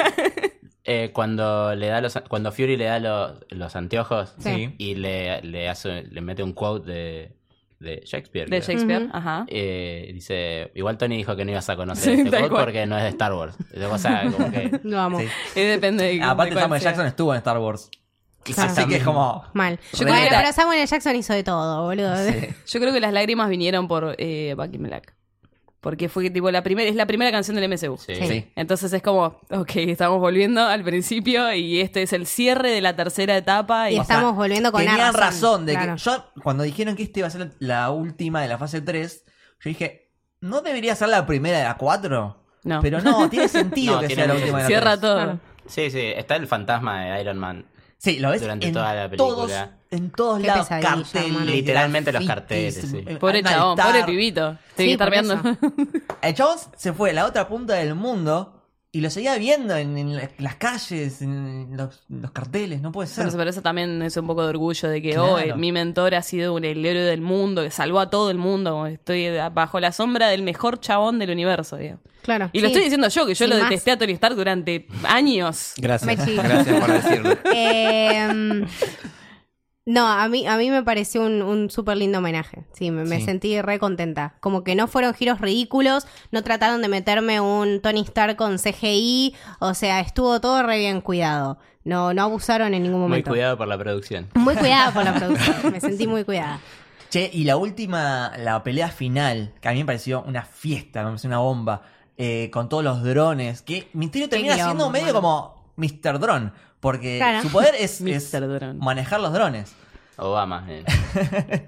Eh, cuando le da los cuando Fury le da lo- los anteojos
Sí.
y le, le hace le mete un quote de, de Shakespeare.
de
creo.
Shakespeare,
Ujú.
ajá.
Eh, dice, igual Tony dijo que no ibas a conocer
Sí,
este
tal
quote
cual.
porque no es de Star Wars. O sea, como que
Lo amo.
Sí.
Eh, depende de
Aparte
de cuál
Samuel
sea.
Jackson estuvo en Star Wars.
Claro.
Así que es como...
Mal.
Yo
bueno,
creo que-
pero Samuel L. Jackson hizo de todo, boludo.
Yo creo que las lágrimas vinieron por eh, Back in Black. Porque fue tipo la primera, es la primera canción del MCU.
sí.
Sí.
Entonces es como, ok, estamos volviendo al principio y este es el cierre de la tercera etapa.
Y
Y,
O sea,
estamos volviendo con
tenían
Amazon,
razón. de
claro.
que yo, cuando dijeron que este iba a ser la última de la fase 3, yo dije, ¿no debería ser la primera de la 4?
No.
Pero no, tiene sentido
No,
que
tiene
sea la
mucho
última de la
Cierra
3.
todo.
Claro.
Sí, sí, está el fantasma de Iron Man.
Sí, lo ves
Durante
en
toda la película.
todos, en todos
Qué
lados,
pesadilla,
carteles.
mano.
Literalmente los
grafitis,
carteles, sí.
eh,
Pobre
un
chabón,
altar.
pobre pibito. Tiene que
Sí,
estar
por
viendo.
eso.
El chabón se fue a la otra punta del mundo y lo seguía viendo en, en la- las calles, en los, los carteles, no puede ser.
Bueno, pero eso también es un poco de orgullo de que
Claro.
oh, eh, mi mentor ha sido un el héroe del mundo, que salvó a todo el mundo, como estoy bajo la sombra del mejor chabón del universo. digamos.
Claro,
Y lo
sí.
estoy diciendo yo, que yo
Sin
lo
más.
detesté a Tony Stark durante años.
Gracias.
Mechi.
Gracias por decirlo.
Eh, no, a mí, a mí me pareció un, un súper lindo homenaje. Sí, me, me
Sí.
sentí re contenta. Como que no fueron giros ridículos, no trataron de meterme un Tony Stark con CGI. O sea, estuvo todo re bien cuidado. No, no abusaron en ningún
Muy
momento.
cuidado por la producción.
Muy cuidada por la producción. Me sentí muy cuidada.
Che, y la última, la pelea final, que a mí me pareció una fiesta, me pareció una bomba, eh, con todos los drones, que Misterio termina
quilombo,
siendo medio
mano.
como Mr. Drone, porque
Claro.
su poder es, es
Mr. Drone.
manejar los drones.
Obama. eh.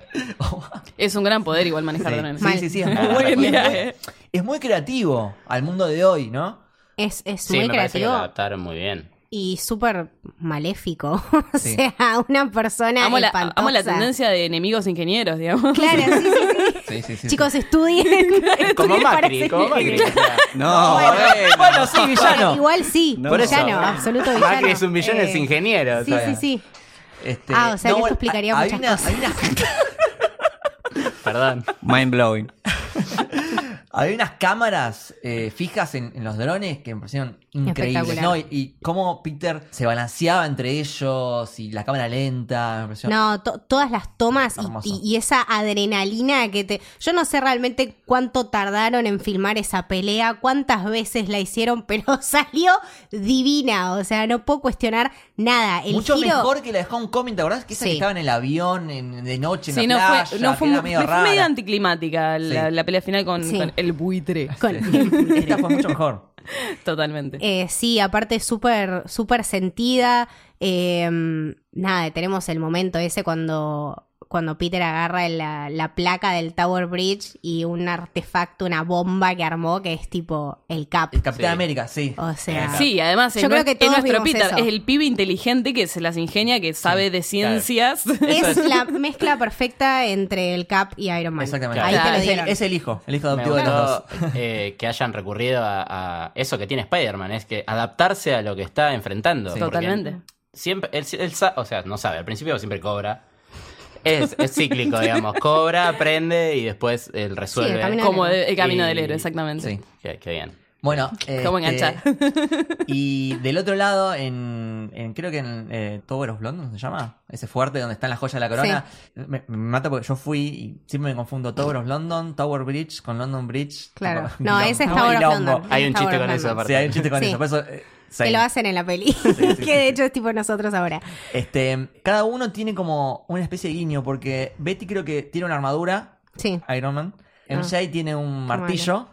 Es un gran poder igual manejar
Sí,
drones.
sí, sí, sí, es muy
Mal.
bueno.
Hoy
Es
en
muy,
día, eh.
es muy creativo al mundo de hoy, ¿no?
Es, es
Sí,
muy
me parece que
creativo
lo adaptaron muy bien.
y súper maléfico. O
Sí.
sea, una persona.
Amo la,
espantosa.
amo la tendencia de enemigos ingenieros, digamos.
Claro, sí, sí, sí.
Sí, sí, sí.
Chicos, estudien.
Como
Estudien para
Macri,
ser
como Macri.
ingenieros.
No,
bueno, bueno, sí,
Bueno,
villano.
Igual sí,
No.
Por eso.
villano, absoluto villano.
Macri es un millón
Eh,
es ingeniero.
Sí,
o sea.
sí, sí.
Este,
Ah, o sea, que esto
bueno,
explicaría
hay
muchas
una- hay unas-
Perdón.
Mind blowing.
Había unas cámaras eh, fijas en, en los drones que me parecieron increíbles,
Espectacular.
¿no? Y, y cómo Peter se balanceaba entre ellos y la cámara lenta, me pareció-
No, to- todas las tomas y-
Hermoso.
y, y esa adrenalina que te... Yo no sé realmente cuánto tardaron en filmar esa pelea, cuántas veces la hicieron, pero salió divina. O sea, no puedo cuestionar nada. El
Mucho
giro-
mejor que la de Hong Kong, ¿te acordás? Que esa
Sí.
que estaba en el avión, en- de noche, en
Sí,
la
no
playa,
fue, no fue,
que
mu-
era medio
fue
rara.
medio anticlimática la,
Sí.
la pelea final con,
Sí.
con el buitre.
Con-
Esta fue mucho mejor.
Totalmente.
Eh, sí, aparte súper súper sentida. Eh, nada, tenemos el momento ese cuando, cuando Peter agarra la, la placa del Tower Bridge y un artefacto, una bomba que armó que es tipo el Cap.
El Capitán
Sí.
América, sí.
O sea,
Sí, además es,
Yo creo
nues-
que
es
todos
nuestro
vimos
Peter,
eso.
es el pibe inteligente que se las ingenia, que sabe de ciencias.
es la mezcla perfecta entre el Cap y Iron Man.
Exactamente.
Ahí te
Claro.
lo
es, el,
dieron.
es el hijo, el hijo
Me
adoptivo de los dos.
gustó eh, que hayan recurrido a, a eso que tiene Spider-Man, es que adaptarse a lo que está enfrentando.
Sí.
porque
Totalmente.
Siempre, él, él sa- o sea, no sabe, al principio siempre cobra. Es, es cíclico, digamos. Cobra, aprende y después él resuelve.
camino
Como
del
de- el camino
Y-
del héroe, exactamente.
Sí.
Qué, qué bien.
Bueno,
Como
este,
enganchar.
Y del otro lado, en, en- creo que en eh, Tower of London se llama, ese fuerte donde están las joyas de la corona. Me, me mata porque yo fui y siempre me confundo Tower of London, Tower Bridge con London Bridge.
Claro.
Tipo,
No,
quilombo.
ese es Tower of
Quilombo.
London.
Hay un
Tower
chiste
of
con eso,
London.
aparte.
Sí, hay un chiste con
Sí.
eso. Por eso eh,
Que
sí.
lo hacen en la peli. que de hecho es tipo nosotros ahora.
Este, cada uno tiene como una especie de guiño, porque Betty creo que tiene una armadura,
Sí.
Iron Man. MJ tiene un
Ah. Qué
martillo.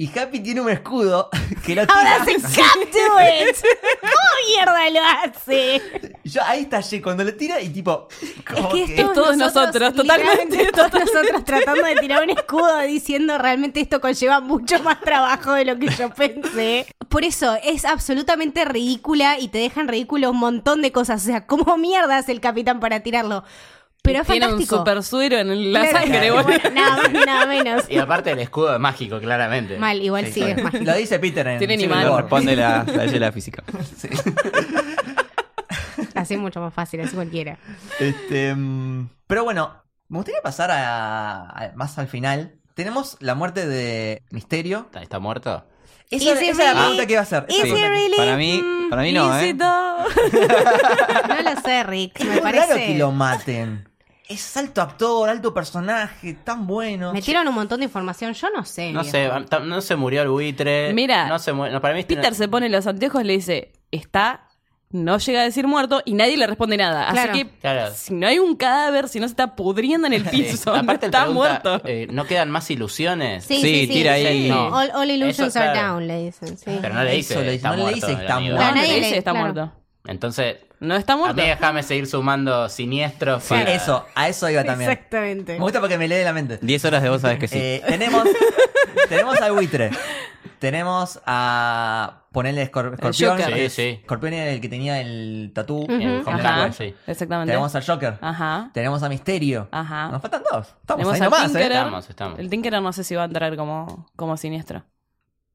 Y Happy tiene un escudo que lo
Ahora
tira.
se come to it. ¿Cómo mierda lo hace?
Yo ahí estallé cuando lo tira y tipo. como
es que esto
Es todos nosotros, totalmente,
literalmente Todos nosotros tratando de tirar un escudo diciendo realmente esto conlleva mucho más trabajo de lo que yo pensé. Por eso es absolutamente ridícula y te dejan ridículo un montón de cosas. O sea, ¿cómo mierda hace el capitán para tirarlo? Pero es
Tiene
fantástico.
un super suero en la
Claro,
sangre,
bueno,
boludo.
Nada más ni nada menos.
Y aparte el escudo es mágico, claramente.
Mal, igual sí, es más.
Lo dice Peter en
Tienen
Civil
imán.
No
War.
responde la, la ley de la física.
Así es mucho más fácil, así cualquiera.
Este, mm, pero bueno, me gustaría pasar a, a- más al final. Tenemos la muerte de Misterio.
¿Está, está muerto?
Esa,
Is it
esa es la
really?
pregunta que iba a hacer. Esa
Is
es la
it
pregunta que-
really?
Para mí,
Mm,
para mí no, ¿eh?
Lícito.
No lo sé, Rick. Me
Es muy raro que lo
parece.
maten. Es alto actor, alto personaje, tan bueno.
Metieron un montón de información, yo no sé.
No
viejo.
sé, tam- no se murió el buitre.
Mira,
no se mu- no, para mí
Peter se pone los anteojos, le dice, está, no llega a decir muerto y nadie le responde nada.
Claro.
Así que
Claro.
si no hay un cadáver, si no se está pudriendo en el piso,
Sí.
no
Aparte él
está
pregunta,
muerto.
eh, no quedan más ilusiones.
Sí, sí,
Sí,
sí.
tira ahí.
Sí.
No.
All, all illusions
Eso,
are
claro.
down, le dicen. Sí.
Pero no le dice,
Eso le dice,
está
no le
muerto,
dice que
el
está
amigo.
No,
muerto.
no le
nadie
dice,
le-
está
claro.
muerto.
Entonces,
No está
a
muerto.
mí déjame seguir sumando siniestros
Sí,
para-
eso, a eso iba también.
Exactamente.
Me gusta porque me lee la mente.
10 horas de vos sabes que sí.
Eh, tenemos, tenemos al buitre. Tenemos a ponerle escor- escorpión.
Joker.
es-
Sí, sí.
Escorpión era el que tenía el tatú.
Ujú.
en
Ujú.
Homeland
Ajá.
West.
sí.
Exactamente.
Tenemos al Joker.
Ajá.
Tenemos a Misterio.
Ajá.
Nos faltan dos. Estamos
Ah. Tenemos
ahí
a
nomás,
Tinkerer.
¿eh?
Estamos, estamos.
El Tinkerer no sé si va a entrar como, como siniestro.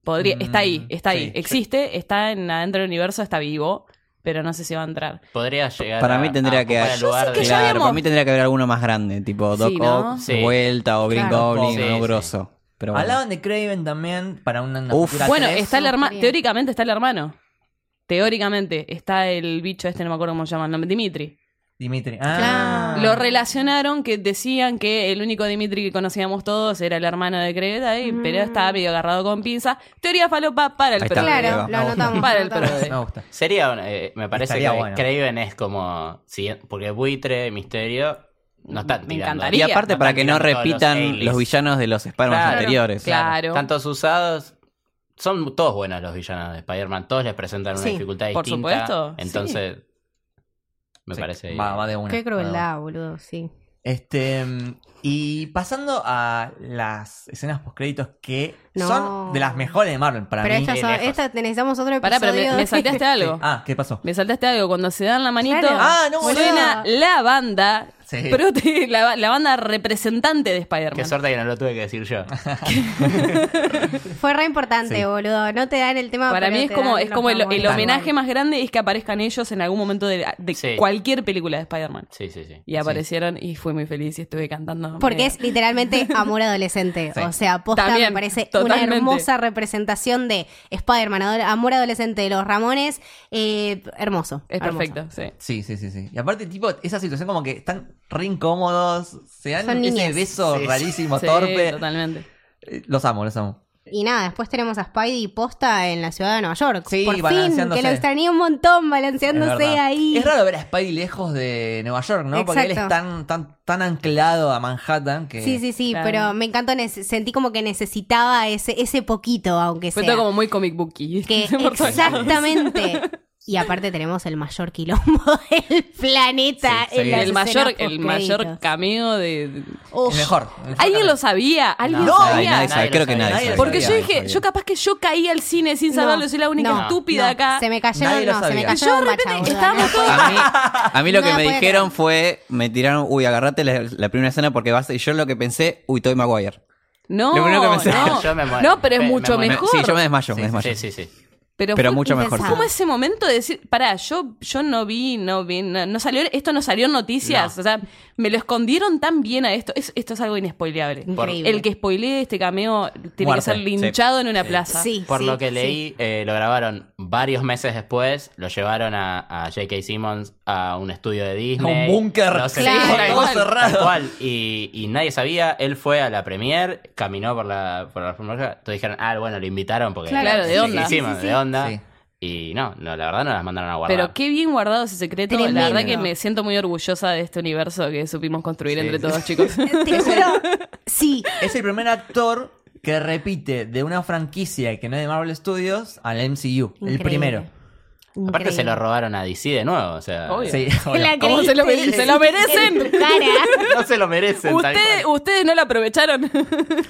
Podría, está ahí,
Mm,
está
sí,
ahí.
yo-
Existe, está en adentro del universo, está vivo, pero no sé si va a entrar.
Podría llegar
Para
a-
mí tendría
a
que-
ocupar ah, el
Yo
lugar
sé que
de-
ya
Claro,
habíamos-
para mí tendría que haber alguno más grande, tipo Doc
Sí, ¿no?
Ock,
Sí.
Vuelta o Green
Claro.
Goblin,
Sí,
o
sí.
grosso. Pero bueno.
Hablaban de Craven también para una, una
Uf.
futura
Bueno,
tres.
está el
me
hermano.
gustaría.
Teóricamente está el hermano. Teóricamente está el bicho este, no me acuerdo cómo se llama el nombre, Dimitri.
Dimitri. Ah.
Lo relacionaron que decían que el único Dimitri que conocíamos todos era el hermano de Creveta, y pero estaba medio agarrado con pinza. Teoría falopa para el
Ahí
pro.
está. Ahí
Claro,
va.
lo
No,
anotamos.
para el
lo anotamos.
pro.
Me gusta.
Sería, eh, me parece
Estaría
que
bueno.
Craven es como, sí, porque Buitre, Misterio, no están
Me
tirando.
encantaría.
y aparte,
No
para
están
que no
tirando todos
repitan
los
los,
aliens.
villanos de los Spider-Man
Claro,
anteriores.
Claro.
Tantos usados. Son todos buenos los villanos de Spider-Man. Todos les presentan una
Sí,
dificultad
por
distinta.
supuesto,
Entonces, me
Sí,
parece.
Va, va de una. Va
Qué
de una.
crueldad, boludo, sí.
Este. mm, Y pasando a las escenas postcréditos que
No.
son de las mejores de Marvel para
Pero
mí.
estas
de
son-
lejos.
estas necesitamos otro episodio.
Pará, pero me, me saltaste algo.
Ah, ¿qué pasó?
Me saltaste algo. Cuando se dan la manito,
Claro.
Ah, no,
suena
boludo.
la banda.
Sí.
prote- la, ba- la banda representante de
Qué
Spider-Man.
suerte que no lo tuve que decir yo.
Fue re importante,
Sí.
boludo. No te dan el tema
Para
pero
mí es
te
como,
dan
es
los
como el,
favoritos.
el homenaje más grande es que aparezcan ellos en algún momento de, la- de
Sí.
cualquier película de Spider-Man.
Sí, sí, sí.
Y aparecieron y fui muy feliz y estuve cantando.
Porque
Me-
es literalmente amor adolescente.
Sí.
O sea, posta
También,
me parece
totalmente.
una hermosa representación de Spider-Man, adol- amor adolescente de los Ramones. Eh, hermoso.
es
hermoso.
perfecto, sí.
Sí, sí, sí, sí. Y aparte, tipo, esa situación como que están re incómodos, se dan
Son
ese
niñes.
beso
Sí,
rarísimo,
Sí,
torpe.
totalmente.
Eh, Los amo, los amo.
Y nada, después tenemos a Spidey posta en la ciudad de Nueva York.
Sí,
Por fin,
balanceándose.
que lo extrañé un montón
es
balanceándose
verdad.
ahí.
Es raro ver a Spidey lejos de Nueva York, ¿no? Porque él es
Exacto.
tan, tan, tan anclado a Manhattan que.
Sí, sí, sí,
Claro.
pero me encantó, nece- sentí como que necesitaba ese, ese poquito, aunque
Fue
sea.
todo como muy comic booky. Este
que
Por todos lados.
exactamente. Y aparte tenemos el mayor quilombo del planeta.
Sí, sí.
en las
El mayor,
escenas
el
postcréditos.
mayor cameo de.
El
de-
mejor. el mejor
¿Alguien
también.
lo sabía? ¿Alguien
No,
sabía?
nadie sabe, creo que
lo
nadie
sabía.
sabe.
Porque
sabía,
yo
no
dije,
sabía.
yo capaz que yo caí al cine sin saberlo,
No,
soy la única
no,
estúpida
no,
acá.
Se me cayeron,
Nadie lo
no, se me
sabía.
cayó
Yo de
un
repente
macha, boludo,
estábamos
no
todos-
puedo-
A mí, a mí lo
No
que
la
me
puedo
dijeron
creer.
fue, me tiraron, uy, agarrate la, la primera escena porque vas. Y yo lo que pensé, uy, Toy Maguire.
No,
Lo primero que pensé.
no.
Yo me muero.
No, pero es
Me-
mucho
me muero.
mejor.
sí, yo me desmayo, me desmayo.
Sí, sí, sí.
Pero,
Pero
fue-
mucho mejor.
impensable.
¿Cómo ese momento de decir, pará, yo, yo no vi, no vi, no, no salió, esto no salió en noticias?
No.
O sea, me lo escondieron tan bien a esto. Es- esto es algo inespoileable.
Increíble.
El que spoilee este cameo tiene
Muerte.
que ser linchado en una plaza.
Sí,
Por
sí,
lo que
sí.
leí, eh, lo grabaron varios meses después, lo llevaron a, a J.K. Simmons a un estudio de Disney.
A un búnker.
No sé,
Claro.
tal
Todo
cual,
cerrado.
tal cual. Y, y nadie sabía, él fue a la premier, caminó por la por la alfombra, todos dijeron, ah, bueno, lo invitaron porque...
Claro, Claro, de
J.K.
onda.
Simmons,
Sí, sí,
de
sí.
onda.
Sí.
Y no, no, la verdad no las mandaron a guardar.
Pero qué bien guardado ese secreto. La
Tremendo.
verdad que me siento muy orgullosa de este universo que supimos construir
Sí,
entre
sí, sí.
todos, chicos.
Te juro, sí.
Es el primer actor que repite de una franquicia que no es de Marvel Studios al MCU. El
Increíble.
primero.
Aparte se lo
Increíble.
robaron a DC de nuevo, o sea...
Obvio.
Sí, obvio.
La
¿Cómo se lo
creíste?
mere- se lo merecen?
En tu cara.
No se lo merecen. tal
Ustedes-
cual.
ustedes no lo aprovecharon.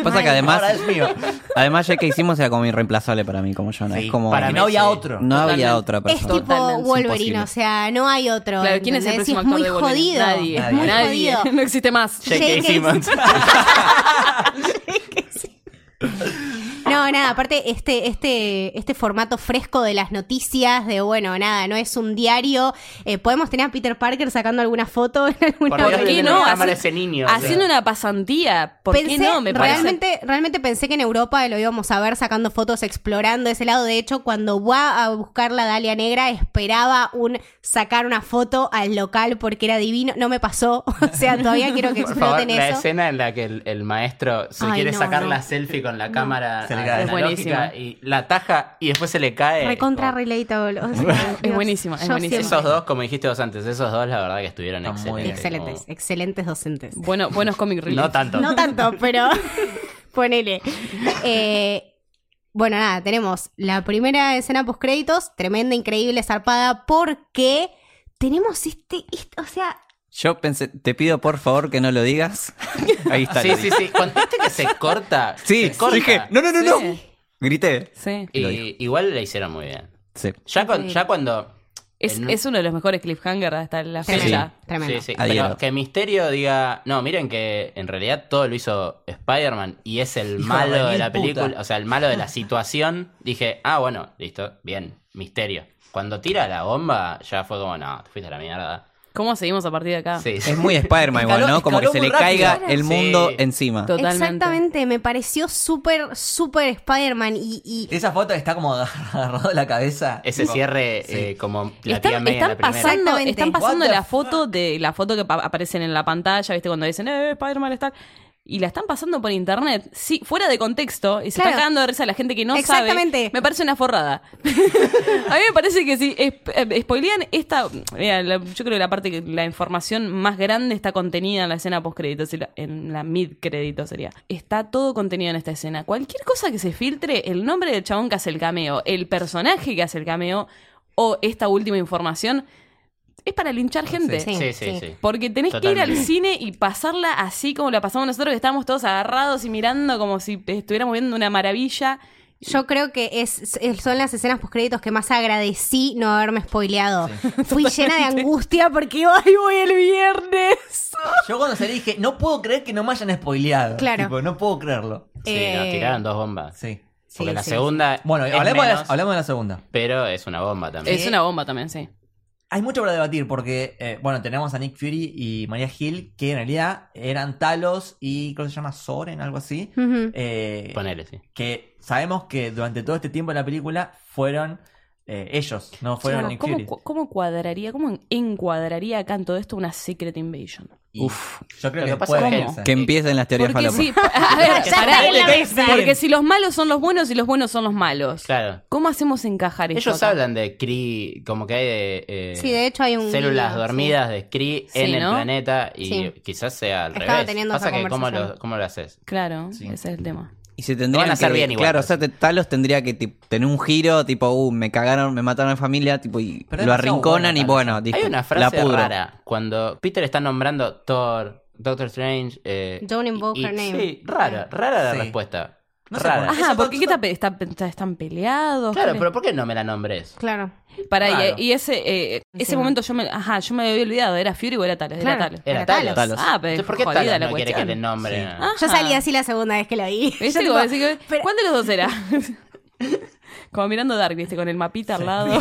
Pasa que además,
Ahora es mío.
además ya que hicimos era como irreemplazable para mí, como yo no.
Sí,
es como
para
mí
no había
sí.
otro.
no
Totalmente.
había otra
Es
persona.
tipo
Totalmente
Wolverine,
imposible.
o sea, no hay otro.
Claro, ¿quién es el
¿entendés? es
próximo actor
muy
de Wolverine?
jodido.
Nadie.
Es muy
Nadie.
jodido.
No existe más.
J.K.
J.K.
Simmons.
No, nada, aparte este, este, este formato fresco de las noticias, de bueno, nada, no es un diario. Eh, podemos tener a Peter Parker sacando alguna foto en alguna
¿Por
Dios,
qué
tienen
no?
una cámara
Haci-
ese niño. o sea.
Haciendo una pasantía. ¿Por
Pensé,
qué no? Me parece.
realmente, realmente pensé que en Europa lo íbamos a ver sacando fotos, explorando ese lado. De hecho, cuando va a buscar la Dalia Negra, esperaba un sacar una foto al local porque era divino. No me pasó. O sea, todavía quiero que
Por favor,
exploten
la
eso.
escena en la que el, el maestro se
Ay,
quiere
no,
sacar
no.
la selfie con la cámara
Se le
a-
cae.
Es
analógica
buenísima.
y la taja y después se le cae.
Recontra
Como-
relatable. O sea,
Es
Dios,
buenísima, es
yo
buenísima.
siempre-
Esos dos, como dijiste vos antes, esos dos la verdad que estuvieron
Están muy
excelentes.
bien.
Excelentes,
como-
excelentes docentes.
Bueno, buenos comic relief.
No tanto.
No tanto, pero ponele. Eh, bueno, nada, tenemos la primera escena post créditos, tremenda, increíble, zarpada, porque tenemos este, este- o sea,
Yo pensé, te pido por favor que no lo digas. Ahí está.
Sí,
lo
sí,
dije.
sí. Cuando viste que se corta.
Sí,
se corta.
dije, no, no, no, no.
Sí.
Grité.
Sí.
Y
Lo dijo.
igual la hicieron muy bien.
Sí.
Ya, con- ya cuando.
Es,
en-
es uno de los mejores cliffhangers hasta la
Tremendo,
fecha.
tremendo.
Sí, sí.
Adhiero.
Pero que Misterio diga, no, miren que en realidad todo lo hizo Spider-Man y es el
Hijo de
malo de
mil
la película,
puta.
o sea, el malo de la situación, dije, ah, bueno, listo, bien, Misterio. Cuando tira la bomba, ya fue como, no, te fuiste a la mierda.
¿Cómo seguimos a partir de
Ah.
acá?
Sí, sí.
Es muy Spider-Man igual,
Escaló-
¿no? Como que
escaló
se
muy
le
rápido.
caiga el
Sí.
mundo encima.
Totalmente.
exactamente, me pareció súper, súper Spider-Man y, y
Esa foto está como agarrado de la cabeza.
Ese cierre eh, como la tía
Están,
May en
están
la primera.
pasando,
Exactamente.
están pasando
What the
la foto de la foto que pa- aparecen en la pantalla, ¿viste? Cuando dicen, eh, Spider-Man está. Y la están pasando por internet, sí, fuera de contexto, y se
Claro.
está cagando de risa la gente que no
Exactamente.
sabe. Me parece una forrada. A mí me parece que si es- eh, spoilean esta. mira, la- yo creo que la parte que la información más grande está contenida en la escena post créditos, en la mid crédito sería. Está todo contenido en esta escena. Cualquier cosa que se filtre, el nombre del chabón que hace el cameo, el personaje que hace el cameo, o esta última información, es para linchar gente.
Sí.
Sí, sí, sí.
Porque tenés que ir al
Totalmente.
cine y pasarla así como la pasamos nosotros, que estábamos todos agarrados y mirando como si estuviéramos viendo una maravilla.
yo creo que es, es- son las escenas post créditos que más agradecí no haberme spoileado. Fui llena de angustia porque iba, ay, voy el viernes.
Yo cuando salí dije, no puedo creer que no me hayan spoileado.
Claro.
Tipo, no puedo creerlo.
Sí, nos
Eh,
tiraron dos bombas.
Sí.
Porque
sí,
la
sí,
segunda.
Bueno,
es
hablemos, de la,
menos,
hablemos de la segunda.
Pero es una bomba también.
Es una bomba también, sí.
Hay mucho para debatir porque, eh, bueno, tenemos a Nick Fury y María Hill, que en realidad eran Talos y creo que se llama Soren, algo así.
Ujú.
Eh,
Ponele, sí.
que sabemos que durante todo este tiempo en la película fueron eh, ellos, no fueron
Claro,
Nick
¿cómo,
Fury.
cu- cómo cuadraría, cómo encuadraría acá en todo esto una Secret Invasion?
Y
Uf.
yo creo
Lo
que,
que pasa
puede
es que-
empezar.
Que empiecen las teorías
Porque
falopa.
sí, a ver,
Ya
pará,
está en la
porque-
mesa.
porque si los malos son los buenos y los buenos son los malos,
Claro.
¿cómo hacemos encajar esto?
Ellos
acá?
hablan de Kree, como que hay de, eh,
Sí, de hecho hay un
células
video,
dormidas de Kree
Sí,
en el
¿no?
planeta y
Sí.
quizás sea al
Estaba
revés.
teniendo
Pasa
esa
que cómo
conversación.
lo, cómo lo haces.
Claro,
Sí.
ese es el tema.
Y se tendrían
Lo van a hacer
que-
bien igual,
Claro, o
así.
sea, te- Talos tendría que tipo, tener un giro, tipo, uh, me cagaron, me mataron a la familia, tipo, y
Pero
lo
es demasiado
arrinconan
bueno,
y
Talos.
bueno, listo,
Hay una
la
frase
pudro.
rara cuando Peter está nombrando Thor, Doctor Strange. Eh,
Don't invoke
y-
her name.
Sí, rara, rara la
Sí.
respuesta.
No sé
rara.
por
Ajá,
Esa
¿por qué
cosa-
está pe- está- está- están peleados?
Claro,
¿Qué-
pero ¿por qué no me la nombres?
Claro.
Pará, y-
Claro.
y, ese, eh, ese
Sí.
momento yo me, ajá, yo me había olvidado, ¿era Fury o era Talos?
Claro.
Era Talos.
Era
Era Ah,
Talos.
Talos.
Ah, pero
Entonces, ¿por qué
jodida
Talos
la
no quiere que
cuestión.
le nombre?
Sí.
Ajá.
Yo salí así la segunda vez que lo vi.
¿Viste?
Yo tipo,
Como decir que-
pero-
¿Cuál de los dos era? Como mirando Dark, viste, con el mapita al lado.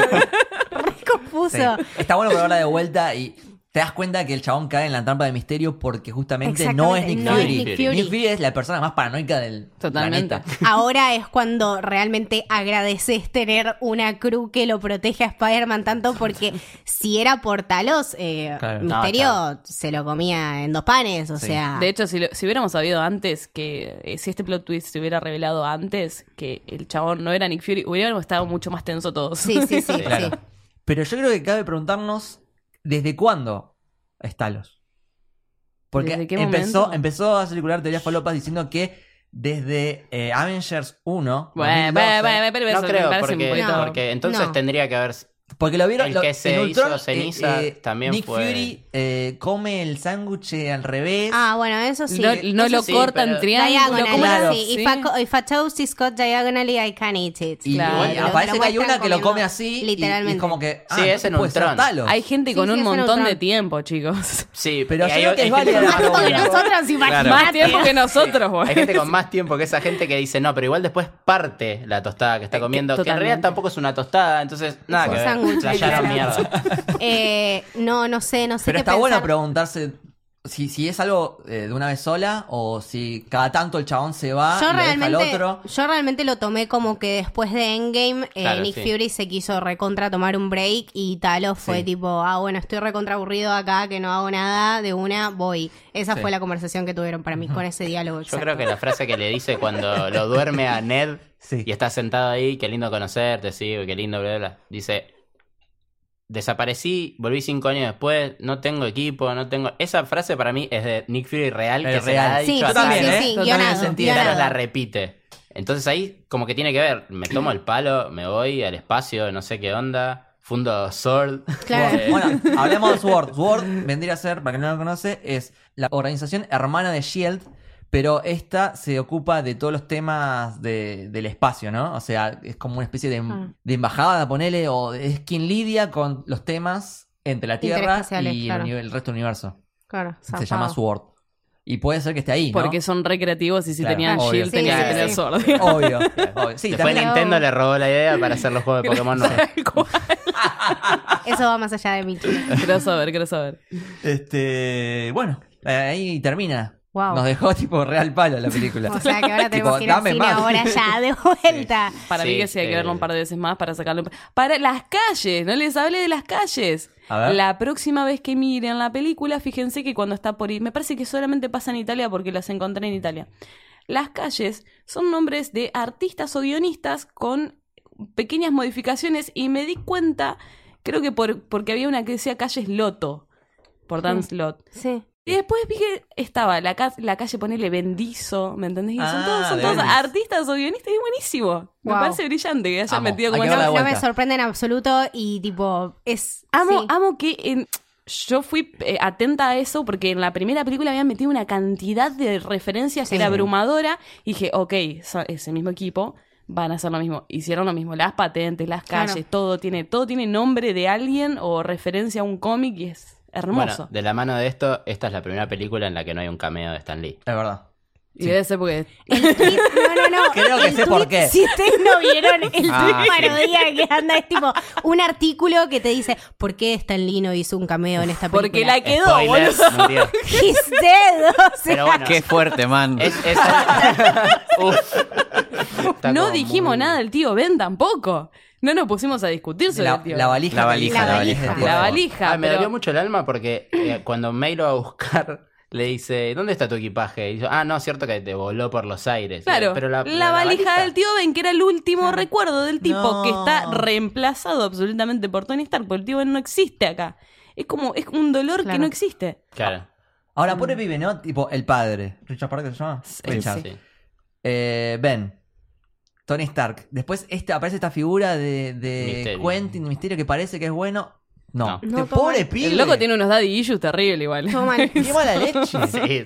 Re confuso.
Sí. Está bueno probarla de vuelta y te das cuenta que el chabón cae en la trampa de misterio porque justamente no es Nick
Exactamente, no es
Fury.
Nick Fury.
Nick Fury es la persona más paranoica del
Totalmente.
planeta.
Ahora es cuando realmente agradeces tener una crew que lo protege a Spider-Man tanto porque si era por Talos, eh,
Claro.
No,
Misterio
chao.
se lo comía en dos panes, o
Sí.
sea...
De hecho, si, lo- si hubiéramos sabido antes que eh, si este plot twist se hubiera revelado antes que el chabón no era Nick Fury, hubiéramos estado mucho más tenso todos.
Sí, sí, sí, sí.
Claro.
Pero yo creo que cabe preguntarnos desde cuándo es Talos. Porque
¿Desde qué
empezó,
momento?
empezó a circular teorías falopas diciendo que desde eh, Avengers 1,
Bueno,
2012,
bueno, bueno, pero
No
eso me
creo,
parece un
porque,
poquito-
No.
porque entonces
No.
tendría que haber.
porque lo vieron
El
lo-
que se
en
hizo
Ultron, eh,
ceniza también
Nick
fue-
Fury eh, come el sándwich al revés.
Ah, bueno, eso sí.
No, no
Eso
lo
sí,
cortan
pero-
triángulo.
Diagonally,
¿cómo era?
sí. If,
Sí.
I, co- if I toast is cut diagonally, I can eat it.
y
claro.
bueno,
Lo- lo
aparece que hay
muestran
una que lo come
comiendo,
así. y- Y,
Literalmente.
es como que. Ah,
Sí, es en
puede ser
Ultron.
Talos.
Hay gente
Sí,
con
sí,
un
es en
montón de
Ultron.
tiempo, chicos.
Sí,
Pero
y
yo
hay-
creo que
hay
es válida
gente
la
con-
pregunta.
Nosotros, imagínate.
Más tiempo que nosotros, güey.
Hay gente con más tiempo que esa gente que dice no, pero igual después parte la tostada que está
Eh, que-
comiendo, que, en realidad
totalmente.
tampoco es una tostada, entonces nada
un
que ver.
sándwich,
Playaron
literal.
mierda.
Eh, no, no sé, no sé
Pero
qué
está
pensar.
bueno preguntarse si, si es algo eh, de una vez sola o si cada tanto el chabón se va
yo
y lo deja al
realmente,
otro.
yo realmente lo tomé como que después de Endgame, eh,
Claro,
Nick
sí.
Fury se quiso recontra tomar un break y Talos fue
Sí.
tipo, ah, bueno, estoy recontra aburrido acá, que no hago nada, de una voy. Esa
Sí.
fue la conversación que tuvieron para mí con ese diálogo.
Yo
exacto.
creo que la frase que le dice cuando lo duerme a Ned
Sí.
y está sentado ahí, qué lindo conocerte, sí, qué lindo, bla, bla, bla. Dice, desaparecí, volví cinco años después, no tengo equipo, no tengo... Esa frase para mí es de Nick Fury real,
Es
que se la
real.
ha
Sí,
dicho a
sí,
también,
sí,
¿eh?
sí,
Yo también
guionado,
sentí,
Talos
guionado.
la repite. Entonces ahí como que tiene que ver, me tomo el palo, me voy al espacio, no sé qué onda, fundo Sword.
Claro.
Bueno, bueno, hablemos de SWORD. SWORD vendría a ser, para quien no lo conoce, es la organización hermana de SHIELD, E pero esta se ocupa de todos los temas de- del espacio, ¿no? O sea, es como una especie de,
Ah.
de embajada, ponele, o es quien lidia con los temas entre la Tierra y
Interespaciales,
el
claro.
uni- el, resto del universo.
Claro,
Se llama
zafado.
SWORD. Y puede ser que esté ahí, ¿no?
Porque son recreativos y si
Claro,
tenían
obvio.
Shield
Ah, Sí,
tenían
sí,
que tener
sí.
Sword.
Obvio, obvio. Sí,
Después
también-
Nintendo le robó la idea para hacer los juegos de Pokémon. nuevos.
Eso va más allá de mí.
crossover, crossover.
Este, bueno, eh, ahí termina.
Wow.
Nos dejó tipo real palo la película.
O sea que ahora
Tipo,
tenemos que ir al
dame
cine
más.
ahora ya de vuelta.
Para
Sí,
mí que sí hay que
eh.
verlo un par de veces más para sacarlo. Para las calles, no les hablé de las calles.
A ver.
La próxima vez que miren la película, fíjense que cuando está por ir, me parece que solamente pasa en Italia porque las encontré en Italia. Las calles son nombres de artistas o guionistas con pequeñas modificaciones y me di cuenta, creo que por, porque había una que decía calles Loto, por
Hmm.
Dan Slott.
Sí.
Y después vi que estaba la, ca- la calle, ponele Bendizo, ¿me entendés? Y son
Ah,
todos, son
de
todos
Bendis.
artistas o guionistas, y es buenísimo. Me
Wow.
parece brillante que hayan
Amo.
metido
Hay
como
que verla de
esa...
No, no
vuelta.
me sorprende en absoluto y tipo, es...
Amo,
sí.
amo que en- yo fui eh, atenta a eso porque en la primera película habían metido una cantidad de referencias
Sí.
que era abrumadora y dije, ok, so- es el mismo equipo, van a hacer lo mismo. Hicieron lo mismo, las patentes, las
Claro.
calles, todo tiene todo tiene nombre de alguien o referencia a un cómic y es hermoso.
Bueno, de la mano de esto, esta es la primera película en la que no hay un cameo de Stan Lee.
Es verdad.
y debe ser porque
El tweet, no, no, no.
Creo que
el
sé por
tweet,
qué.
Si ustedes no vieron el tweet
Ah, sí.
parodia que anda, es tipo un artículo que te dice por qué Stan Lee no hizo un cameo en esta
porque
película.
la quedó,
Spoiler,
boludo.
murió.
He's dead, o sea,
Pero bueno,
Qué fuerte, man.
es- es- Uf. Está
No
como
dijimos
muy-
nada del tío Ben tampoco. No nos pusimos a discutir sobre
La,
el tío
la
Ben.
valija.
La
que
valija,
dice,
la
dice,
valija.
tipo,
La valija.
Ah, me
pero-
dolió mucho el alma porque eh, cuando May lo va a buscar, le dice, ¿dónde está tu equipaje? Y yo, ah, no, cierto que te voló por los aires.
Claro,
Pero
la, valija, del tío Ben, que era el último recuerdo del tipo
No.
que está reemplazado absolutamente por Tony Stark, porque el tío Ben no existe acá. Es como, es un dolor que
Claro.
no existe.
Claro.
Ahora, pobre pibe, ¿no? Tipo, el padre. Richard Parker se llama. Richard.
sí.
Eh, ben. Tony Stark. Después este, aparece esta figura de, de
Misterio.
Quentin Misterio que parece que es bueno. No.
No.
Este
No, toma.
pobre pibe.
El loco tiene unos daddy issues terribles igual.
todo mal.
Qué mala leche.
Sí,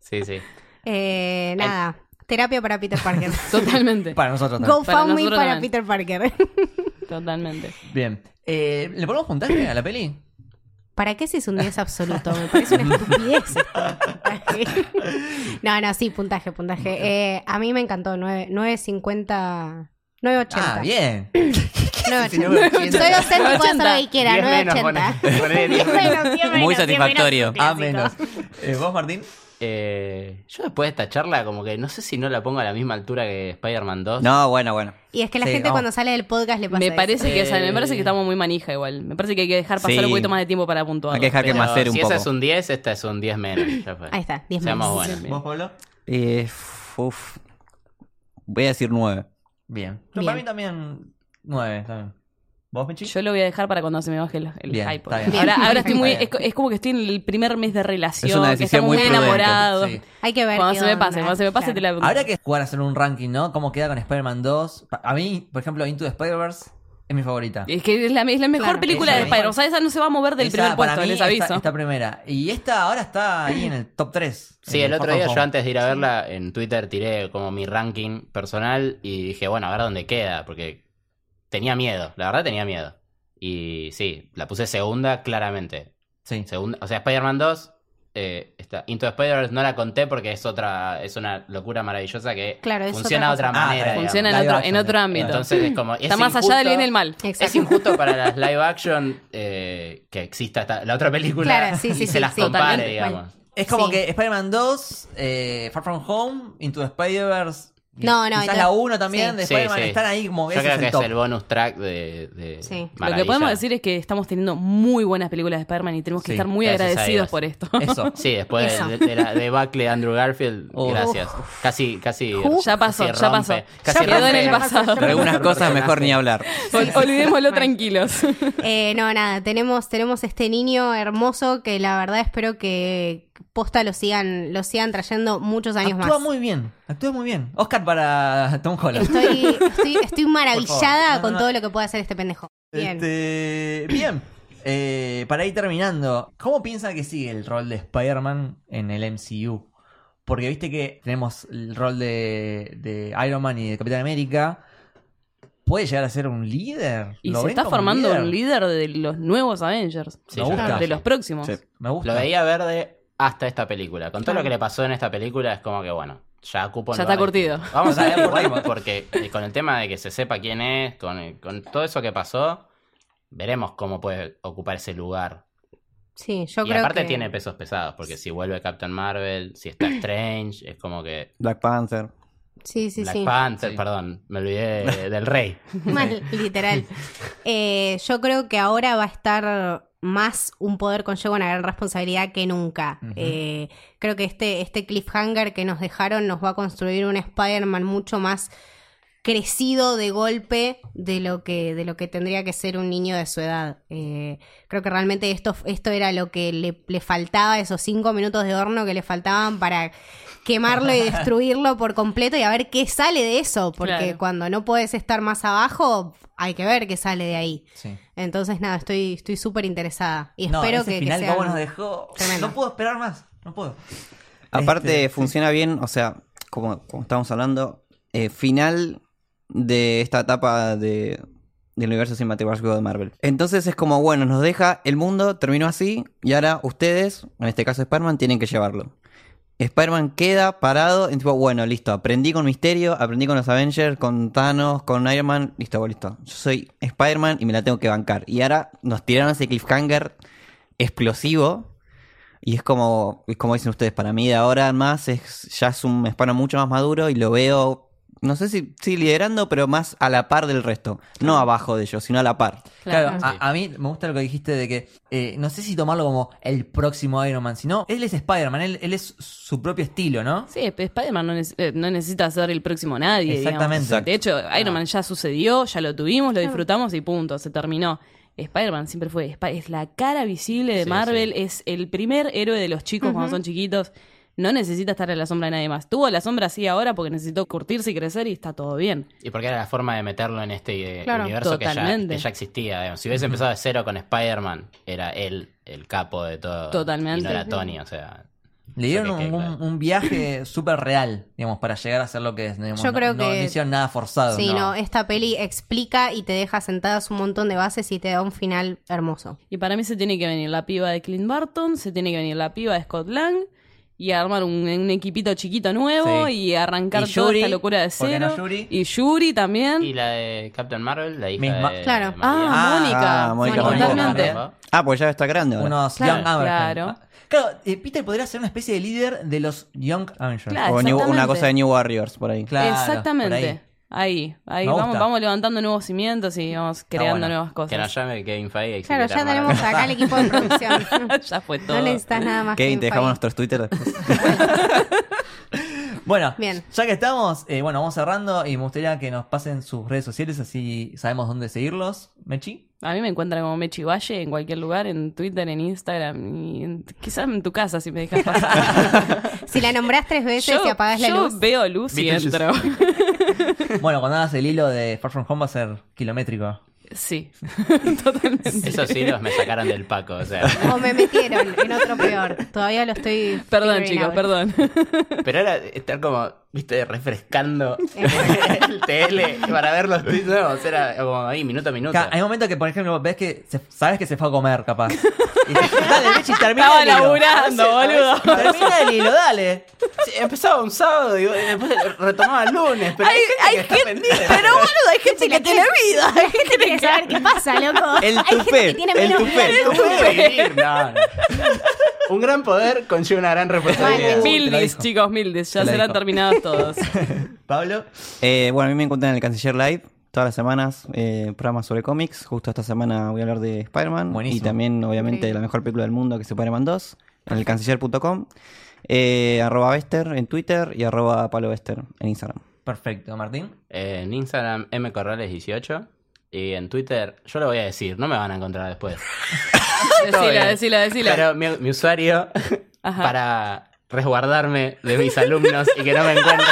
sí. sí.
Eh, nada, terapia para Peter Parker.
Totalmente.
Para nosotros también.
GoFundMe
Para
para,
nosotros
para
también.
Peter Parker.
Totalmente.
Bien. Eh, ¿Le ponemos puntaje a la peli?
¿Para qué si es un 10 absoluto? Me parece una estupidez. este puntaje. no, no, sí, puntaje, puntaje. Eh, a mí me encantó, 9, 9.50, 9.80.
Ah, bien.
9.80. Soy
Ah,
docente, puedo hacer lo que quiera, 9.80. Bueno, sí,
Muy
bueno, sí,
satisfactorio.
bueno,
A
sí,
menos. Eh, ¿Vos, Martín?
Eh, yo después de esta charla, como que no sé si no la pongo a la misma altura que Spider-Man 2.
No, bueno, bueno.
Y es que la
Sí,
gente
no.
cuando sale del podcast le pasa
Me
eso.
parece, que, o sea, me
Eh.
parece que estamos muy manija igual. Me parece que hay que dejar pasar
Sí.
un poquito más de tiempo para puntuar.
Hay que dejar que
Pero
macere un
si
poco.
esa es un 10, esta es un 10 menos. ya fue.
Ahí está, 10
Seamos
Ah, menos.
buenos.
¿Vos, Pablo?
Eh, f- uf. Voy a decir nueve.
Bien. Yo,
Bien.
Para mí también 9. También. ¿Vos, Michi?
Yo lo voy a dejar para cuando se me baje el, el
Bien,
hype.
está bien.
Ahora,
Bien.
ahora estoy muy.
Está
Es,
bien.
co- es como que estoy en el primer mes de relación.
Es una decisión
que estamos
muy
muy
prudente,
enamorados.
sí.
Hay que ver.
Cuando
qué
se me
onda,
pase, cuando se me pase,
claro.
te la
Habrá que jugar a hacer un ranking, ¿no? ¿Cómo queda con Spider-Man 2? Pa- A mí, por ejemplo, Into the Spider-Verse es mi favorita.
Es que es la, es la mejor
Claro,
película
esa
de
es.
Spider-Man. O sea, esa no se va a mover del
Esa,
primer
para
puesto,
mí,
les
esta-
aviso.
Esta, primera. Y esta ahora está ahí en el top 3.
Sí, el otro día yo antes de ir a verla en Twitter tiré como mi ranking personal y dije, bueno, a ver dónde queda, porque tenía miedo, la verdad tenía miedo. Y sí, la puse segunda claramente.
Sí,
Segunda, o sea, Spider-Man 2, eh, está. Into the Spider-Verse no la conté porque es otra, es una locura maravillosa que
Claro, es
funciona
otra
de otra
cosa. Ah,
manera. digamos.
Funciona en
Live
otro,
action,
en otro
eh.
ámbito.
Entonces es como...
Está más allá del bien y el mal.
Es
Exacto.
injusto para las live action eh, que exista esta- la otra película
Claro, sí,
y
sí,
se
sí,
las
sí,
compare,
totalmente.
digamos.
Es como
Sí.
que Spider-Man 2, eh, Far From Home, Into the Spider-Verse. qui-
No, no,
Quizás
entonces-
la 1 también
sí.
de
Sí,
Spider-Man.
sí.
Están ahí como
Yo
ese
creo
es
que
el top.
es el bonus track de, de
Sí. Lo que
Lo que
Maravilla.
podemos decir es que estamos teniendo muy buenas películas de Spider-Man y tenemos que
Sí,
estar muy
gracias a
agradecidos
Dios.
por esto.
Eso.
Sí, después
Eso.
de, de la debacle de Andrew Garfield,
Oh.
Uf.
gracias. Casi, casi.
Uf.
Ya pasó,
casi
ya
rompe-
pasó.
casi
Ya quedó en
rompe-
el pasado.
Pero algunas
Mejor
cosas mejor
personaje.
ni hablar.
Ol- Olvidémoslo
Bueno.
tranquilos.
Eh, no, nada, tenemos, tenemos este niño hermoso que la verdad espero que posta lo sigan, lo sigan trayendo muchos años
Actúa
más.
muy bien, actúa muy bien. Oscar para Tom Holland.
Estoy, estoy, estoy maravillada
No, no,
con
no.
todo lo que puede hacer este pendejo. Bien.
Este, bien. Eh, para ir terminando, ¿cómo piensan que sigue el rol de Spider-Man en el MCU? Porque viste que tenemos el rol de, de Iron Man y de Capitán América. ¿Puede llegar a ser un líder?
Y
¿Lo
se
ven
está
como
formando un líder de los nuevos Avengers.
Sí,
Me
yo
gusta.
creo que
De
sí.
los próximos.
Sí.
Me gusta.
Lo veía verde hasta esta película. Con todo
Claro.
lo que le pasó en esta película, es como que bueno, ya ocupo un
Ya está
lugar
curtido.
distinto. Vamos a ver, igual, porque eh, con el tema de que se sepa quién es, con, eh, con todo eso que pasó, veremos cómo puede ocupar ese lugar.
Sí, yo
y
creo
aparte
que...
tiene pesos pesados, porque si vuelve Captain Marvel, si está Strange, es como que.
Black Panther.
Sí, sí,
Black
sí.
Panther,
Sí.
perdón, me olvidé de- del rey.
Mal, literal. Eh, yo creo que ahora va a estar más un poder conlleva una gran responsabilidad que nunca.
Ujú.
Eh, creo que este, este cliffhanger que nos dejaron nos va a construir un Spider-Man mucho más crecido de golpe de lo que de lo que tendría que ser un niño de su edad. Eh, creo que realmente esto, esto era lo que le, le faltaba, esos cinco minutos de horno que le faltaban para quemarlo y destruirlo por completo y a ver qué sale de eso, porque
Claro.
cuando no puedes estar más abajo, hay que ver qué sale de ahí.
Sí.
Entonces, nada, estoy estoy súper interesada y
No,
espero
ese
que, que
final
sean-
cómo nos dejó.
tremendo.
No puedo esperar más. No puedo.
Aparte,
Este,
funciona bien, o sea, como, como estábamos hablando, eh, final de esta etapa de, del universo cinematográfico de Marvel. Entonces es como, bueno, nos deja el mundo, terminó así, y ahora ustedes, en este caso Spider-Man, tienen que llevarlo. Spider-Man queda parado, en tipo, bueno, listo, aprendí con Misterio, aprendí con los Avengers, con Thanos, con Iron Man, listo, bueno, listo. Yo soy Spider-Man y me la tengo que bancar. Y ahora nos tiraron ese cliffhanger explosivo. Y es como, es como dicen ustedes, para mí de ahora en más es, ya es un hispano mucho más maduro y lo veo, no sé si sí, liderando, pero más a la par del resto. No abajo de ellos, sino a la par.
Claro,
Claro.
a- a, mí me gusta lo que dijiste de que eh, no sé si tomarlo como el próximo Iron Man, sino él es Spider-Man, él, él es su propio estilo, ¿no?
Sí, Sp- Spider-Man no, nece- eh, no necesita ser el próximo nadie. digamos.
Exactamente.
Exacto.
De hecho, Iron Man ya sucedió, ya lo tuvimos, lo disfrutamos y punto, se terminó. Spider-Man siempre fue, Sp- es la cara visible de
Sí,
Marvel, es el primer héroe de los chicos cuando son chiquitos. No necesita estar a la sombra de nadie más. Tuvo a la sombra así ahora porque necesitó curtirse y crecer y está todo bien.
Y porque era la forma de meterlo en este eh,
Claro.
universo que ya,
Totalmente.
que ya existía. digamos. Si hubiese empezado de cero con Spider-Man, era él el capo de todo.
Totalmente.
Y no era Tony, o sea.
Le dieron
Eso que
un,
quede
un-
claro.
un viaje súper real, digamos, para llegar a ser lo que es. digamos,
Yo
no-
creo
no-
que-
No hicieron nada forzado.
Sí,
¿no?
no, esta peli explica y te deja sentadas un montón de bases y te da un final hermoso.
Y para mí se tiene que venir la piba de Clint Barton, se tiene que venir la piba de Scott Lang y armar un, un equipito chiquito nuevo
Sí.
y arrancar
Y
toda
Yuri,
esta locura de
¿por qué
cero.
no Yuri?
Y Yuri también.
Y la de Captain Marvel, la hija
Miss Ma-
de
Claro.
María.
Ah,
Ah,
Mónica.
ah, Mónica
Mónica,
Rambeau
totalmente.
también.
Ah, pues ya está grande ahora.
Unos
Claro,
Young Avengers.
claro.
Ah, Claro, eh, Peter podría ser una especie de líder de los Young Avengers.
Claro.
o New-
exactamente.
una cosa de New Warriors por ahí.
Claro,
Exactamente.
por ahí.
Ahí, ahí,
Me
vamos,
gusta.
vamos levantando nuevos cimientos y vamos creando
bueno.
nuevas
Que nos
cosas.
llame Kevin Feige. y
Claro,
Silvia
ya tenemos
Hermano.
acá el equipo de producción.
ya fue todo.
No necesitas nada más. que
Kevin, te
info
dejamos
ahí.
nuestros Twitter.
Bueno,
Bien.
ya que estamos, eh, bueno, vamos cerrando y me gustaría que nos pasen sus redes sociales así sabemos dónde seguirlos. Mechi.
A mí me encuentran como Mechi Valle en cualquier lugar, en Twitter, en Instagram, y en- quizás en tu casa si me dejas pasar.
Si la nombrás tres veces y apagás la
yo
luz.
veo luz y
Beetlejuice.
entro.
Bueno, cuando hagas el hilo de Far From Home va a ser kilométrico.
sí, totalmente.
Esos hilos me sacaron del paco, o sea.
O me metieron en otro peor. Todavía lo estoy.
Perdón,
figuring
chicos,
out.
perdón.
Pero ahora estar como, viste, refrescando el TL para ver los tweets nuevos. Era como ahí, minuto a minuto.
Ca- Hay momentos que, por ejemplo, ves que se- sabes que se fue a comer, capaz. Y dices, dale, Mechi, termina
Estaba
el hilo.
laburando, boludo.
Termina el hilo, dale.
Sí, empezaba un sábado y después retomaba el lunes. Pero hay, gente que está pendiente.
Pero boludo, hay gente que tiene vida. Hay gente que
Quieres saber qué pasa, loco.
El
Hay gente que
tupé,
tiene
el
menos-
tupé.
No puede vivir, no, no. Un gran poder conlleva una gran responsabilidad.
Bueno. Uy, te lo
Mildis,
dijo.
chicos, Mildis.
Te
Ya
lo
serán
dijo.
terminados todos.
Pablo.
Eh, bueno, a mí me encuentran en el Canciller Live todas las semanas, eh, programas sobre cómics. Justo esta semana voy a hablar de Spider-Man.
Buenísimo.
Y también, obviamente,
Increíble.
la mejor película del mundo, que es Spider-Man 2, en el canciller.com. Eh, arroba Bester en Twitter y arroba Pablo Bester en Instagram.
Perfecto, Martín.
En Instagram, mcorrales18. Y en Twitter, yo lo voy a decir, no me van a encontrar después. Todo
Decila,
bien.
decila, decila.
Pero mi, mi usuario,
Ajá.
para resguardarme de mis alumnos y que no me encuentren,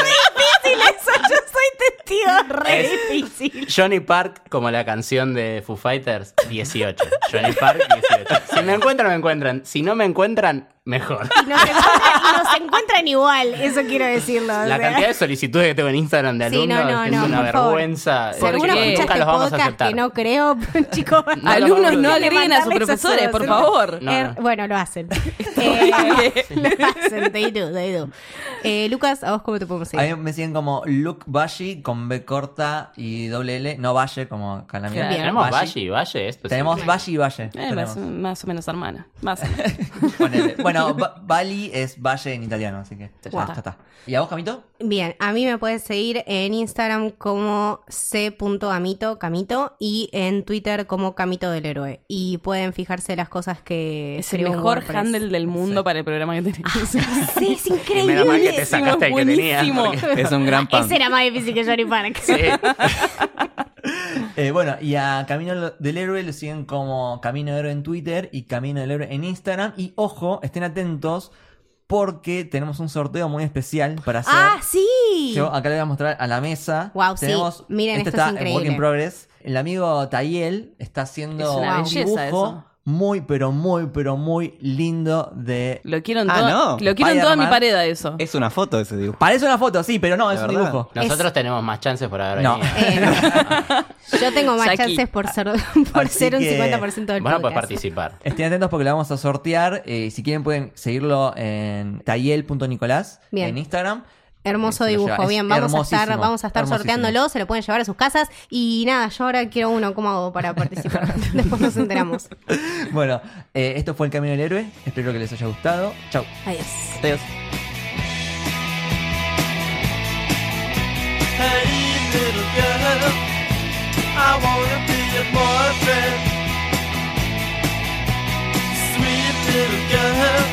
yo soy testigo re
Es-
difícil.
Johnny Park, como la canción de Foo Fighters, 18. Johnny Park, 18. Si me encuentran, me encuentran. Si no me encuentran, mejor.
Y nos, encuentran, nos encuentran igual, eso quiero decirlo. o
La
sea.
cantidad de solicitudes que tengo en Instagram de
Sí,
alumnos
no, no,
es que
no,
es una
por favor.
vergüenza.
Si
Porque
alguno escucha
nunca
este
los vamos a
podcast
aceptar.
que no creo, chicos,
No,
Alumnos
no,
no
no.
agreguen a
Mandarles
sus
a
profesores,
sus-
por favor.
No,
Eh,
no.
Bueno, lo hacen. Eh, lo hacen, te digo, te digo. Eh, Lucas, ¿a vos cómo te podemos seguir?
A mí me siguen como Luke Bashi con B corta y doble L. No Valle, como con la mía.
Bien.
Tenemos Valle y Valle, esto sí.
Tenemos Valle y Valle.
Eh,
Tenemos.
más, más o menos hermana. Más o menos. Eh,
Ponele. Bueno, Ba- Bali es Valle en italiano, así que ya,
Guau.
está. está. ¿Y a vos, Camito?
Bien, a mí me pueden seguir en Instagram como c.amito, Camito, y en Twitter como Camito del Héroe. Y pueden fijarse las cosas que
Es el
escribo en
mejor
WordPress. Ah,
handle del mundo para el programa que tenemos.
Sí, es
Y Ah, menos mal que te
increíble.
sacaste el que tenías.
buenísimo.
porque-
Es un gran pan.
Ese era más difícil que Johnny Park.
Eh, bueno, y a Camino del Héroe lo siguen como Camino del Héroe en Twitter y Camino del Héroe en Instagram. Y ojo, estén atentos porque tenemos un sorteo muy especial para hacer.
¡Ah, sí!
Yo acá le voy a mostrar a la mesa.
Guau, sí.
Tenemos,
Miren,
este
esto es
está en
increíble.
Work in Progress. El amigo Tayel está haciendo
Es una
un
belleza
dibujo
eso.
muy, pero muy, pero muy lindo de...
Lo quiero en,
Ah,
toda-
no.
lo quiero en toda mi
Spider-Man.
pared a eso.
Es una foto de ese dibujo.
Parece una foto, sí, pero no,
¿De
es un
verdad?
dibujo.
Nosotros tenemos más chances por haber
No.
venido.
Eh, no. Yo tengo más
Jackie.
chances por ser, por
Ah, Así
ser un
que-
50% del
Vos
podcast.
no podés participar.
Estén atentos porque la vamos a sortear. Eh, si quieren pueden seguirlo en tayel.nicolás
Bien.
en Instagram. Se
Hermoso
lo
dibujo,
lleva. Es
bien, vamos a estar,
hermosísimo,
vamos a estar
hermosísimo.
sorteándolo, se lo pueden llevar a sus casas y nada, yo ahora quiero uno, ¿cómo hago para participar? Después nos enteramos.
Bueno, eh, esto fue El Camino del Héroe. Espero que les haya gustado. Chau.
Adiós.
Adiós.
Hey, little girl, I wanna be your boyfriend. Sweet little girl,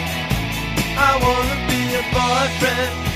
I wanna be your boyfriend.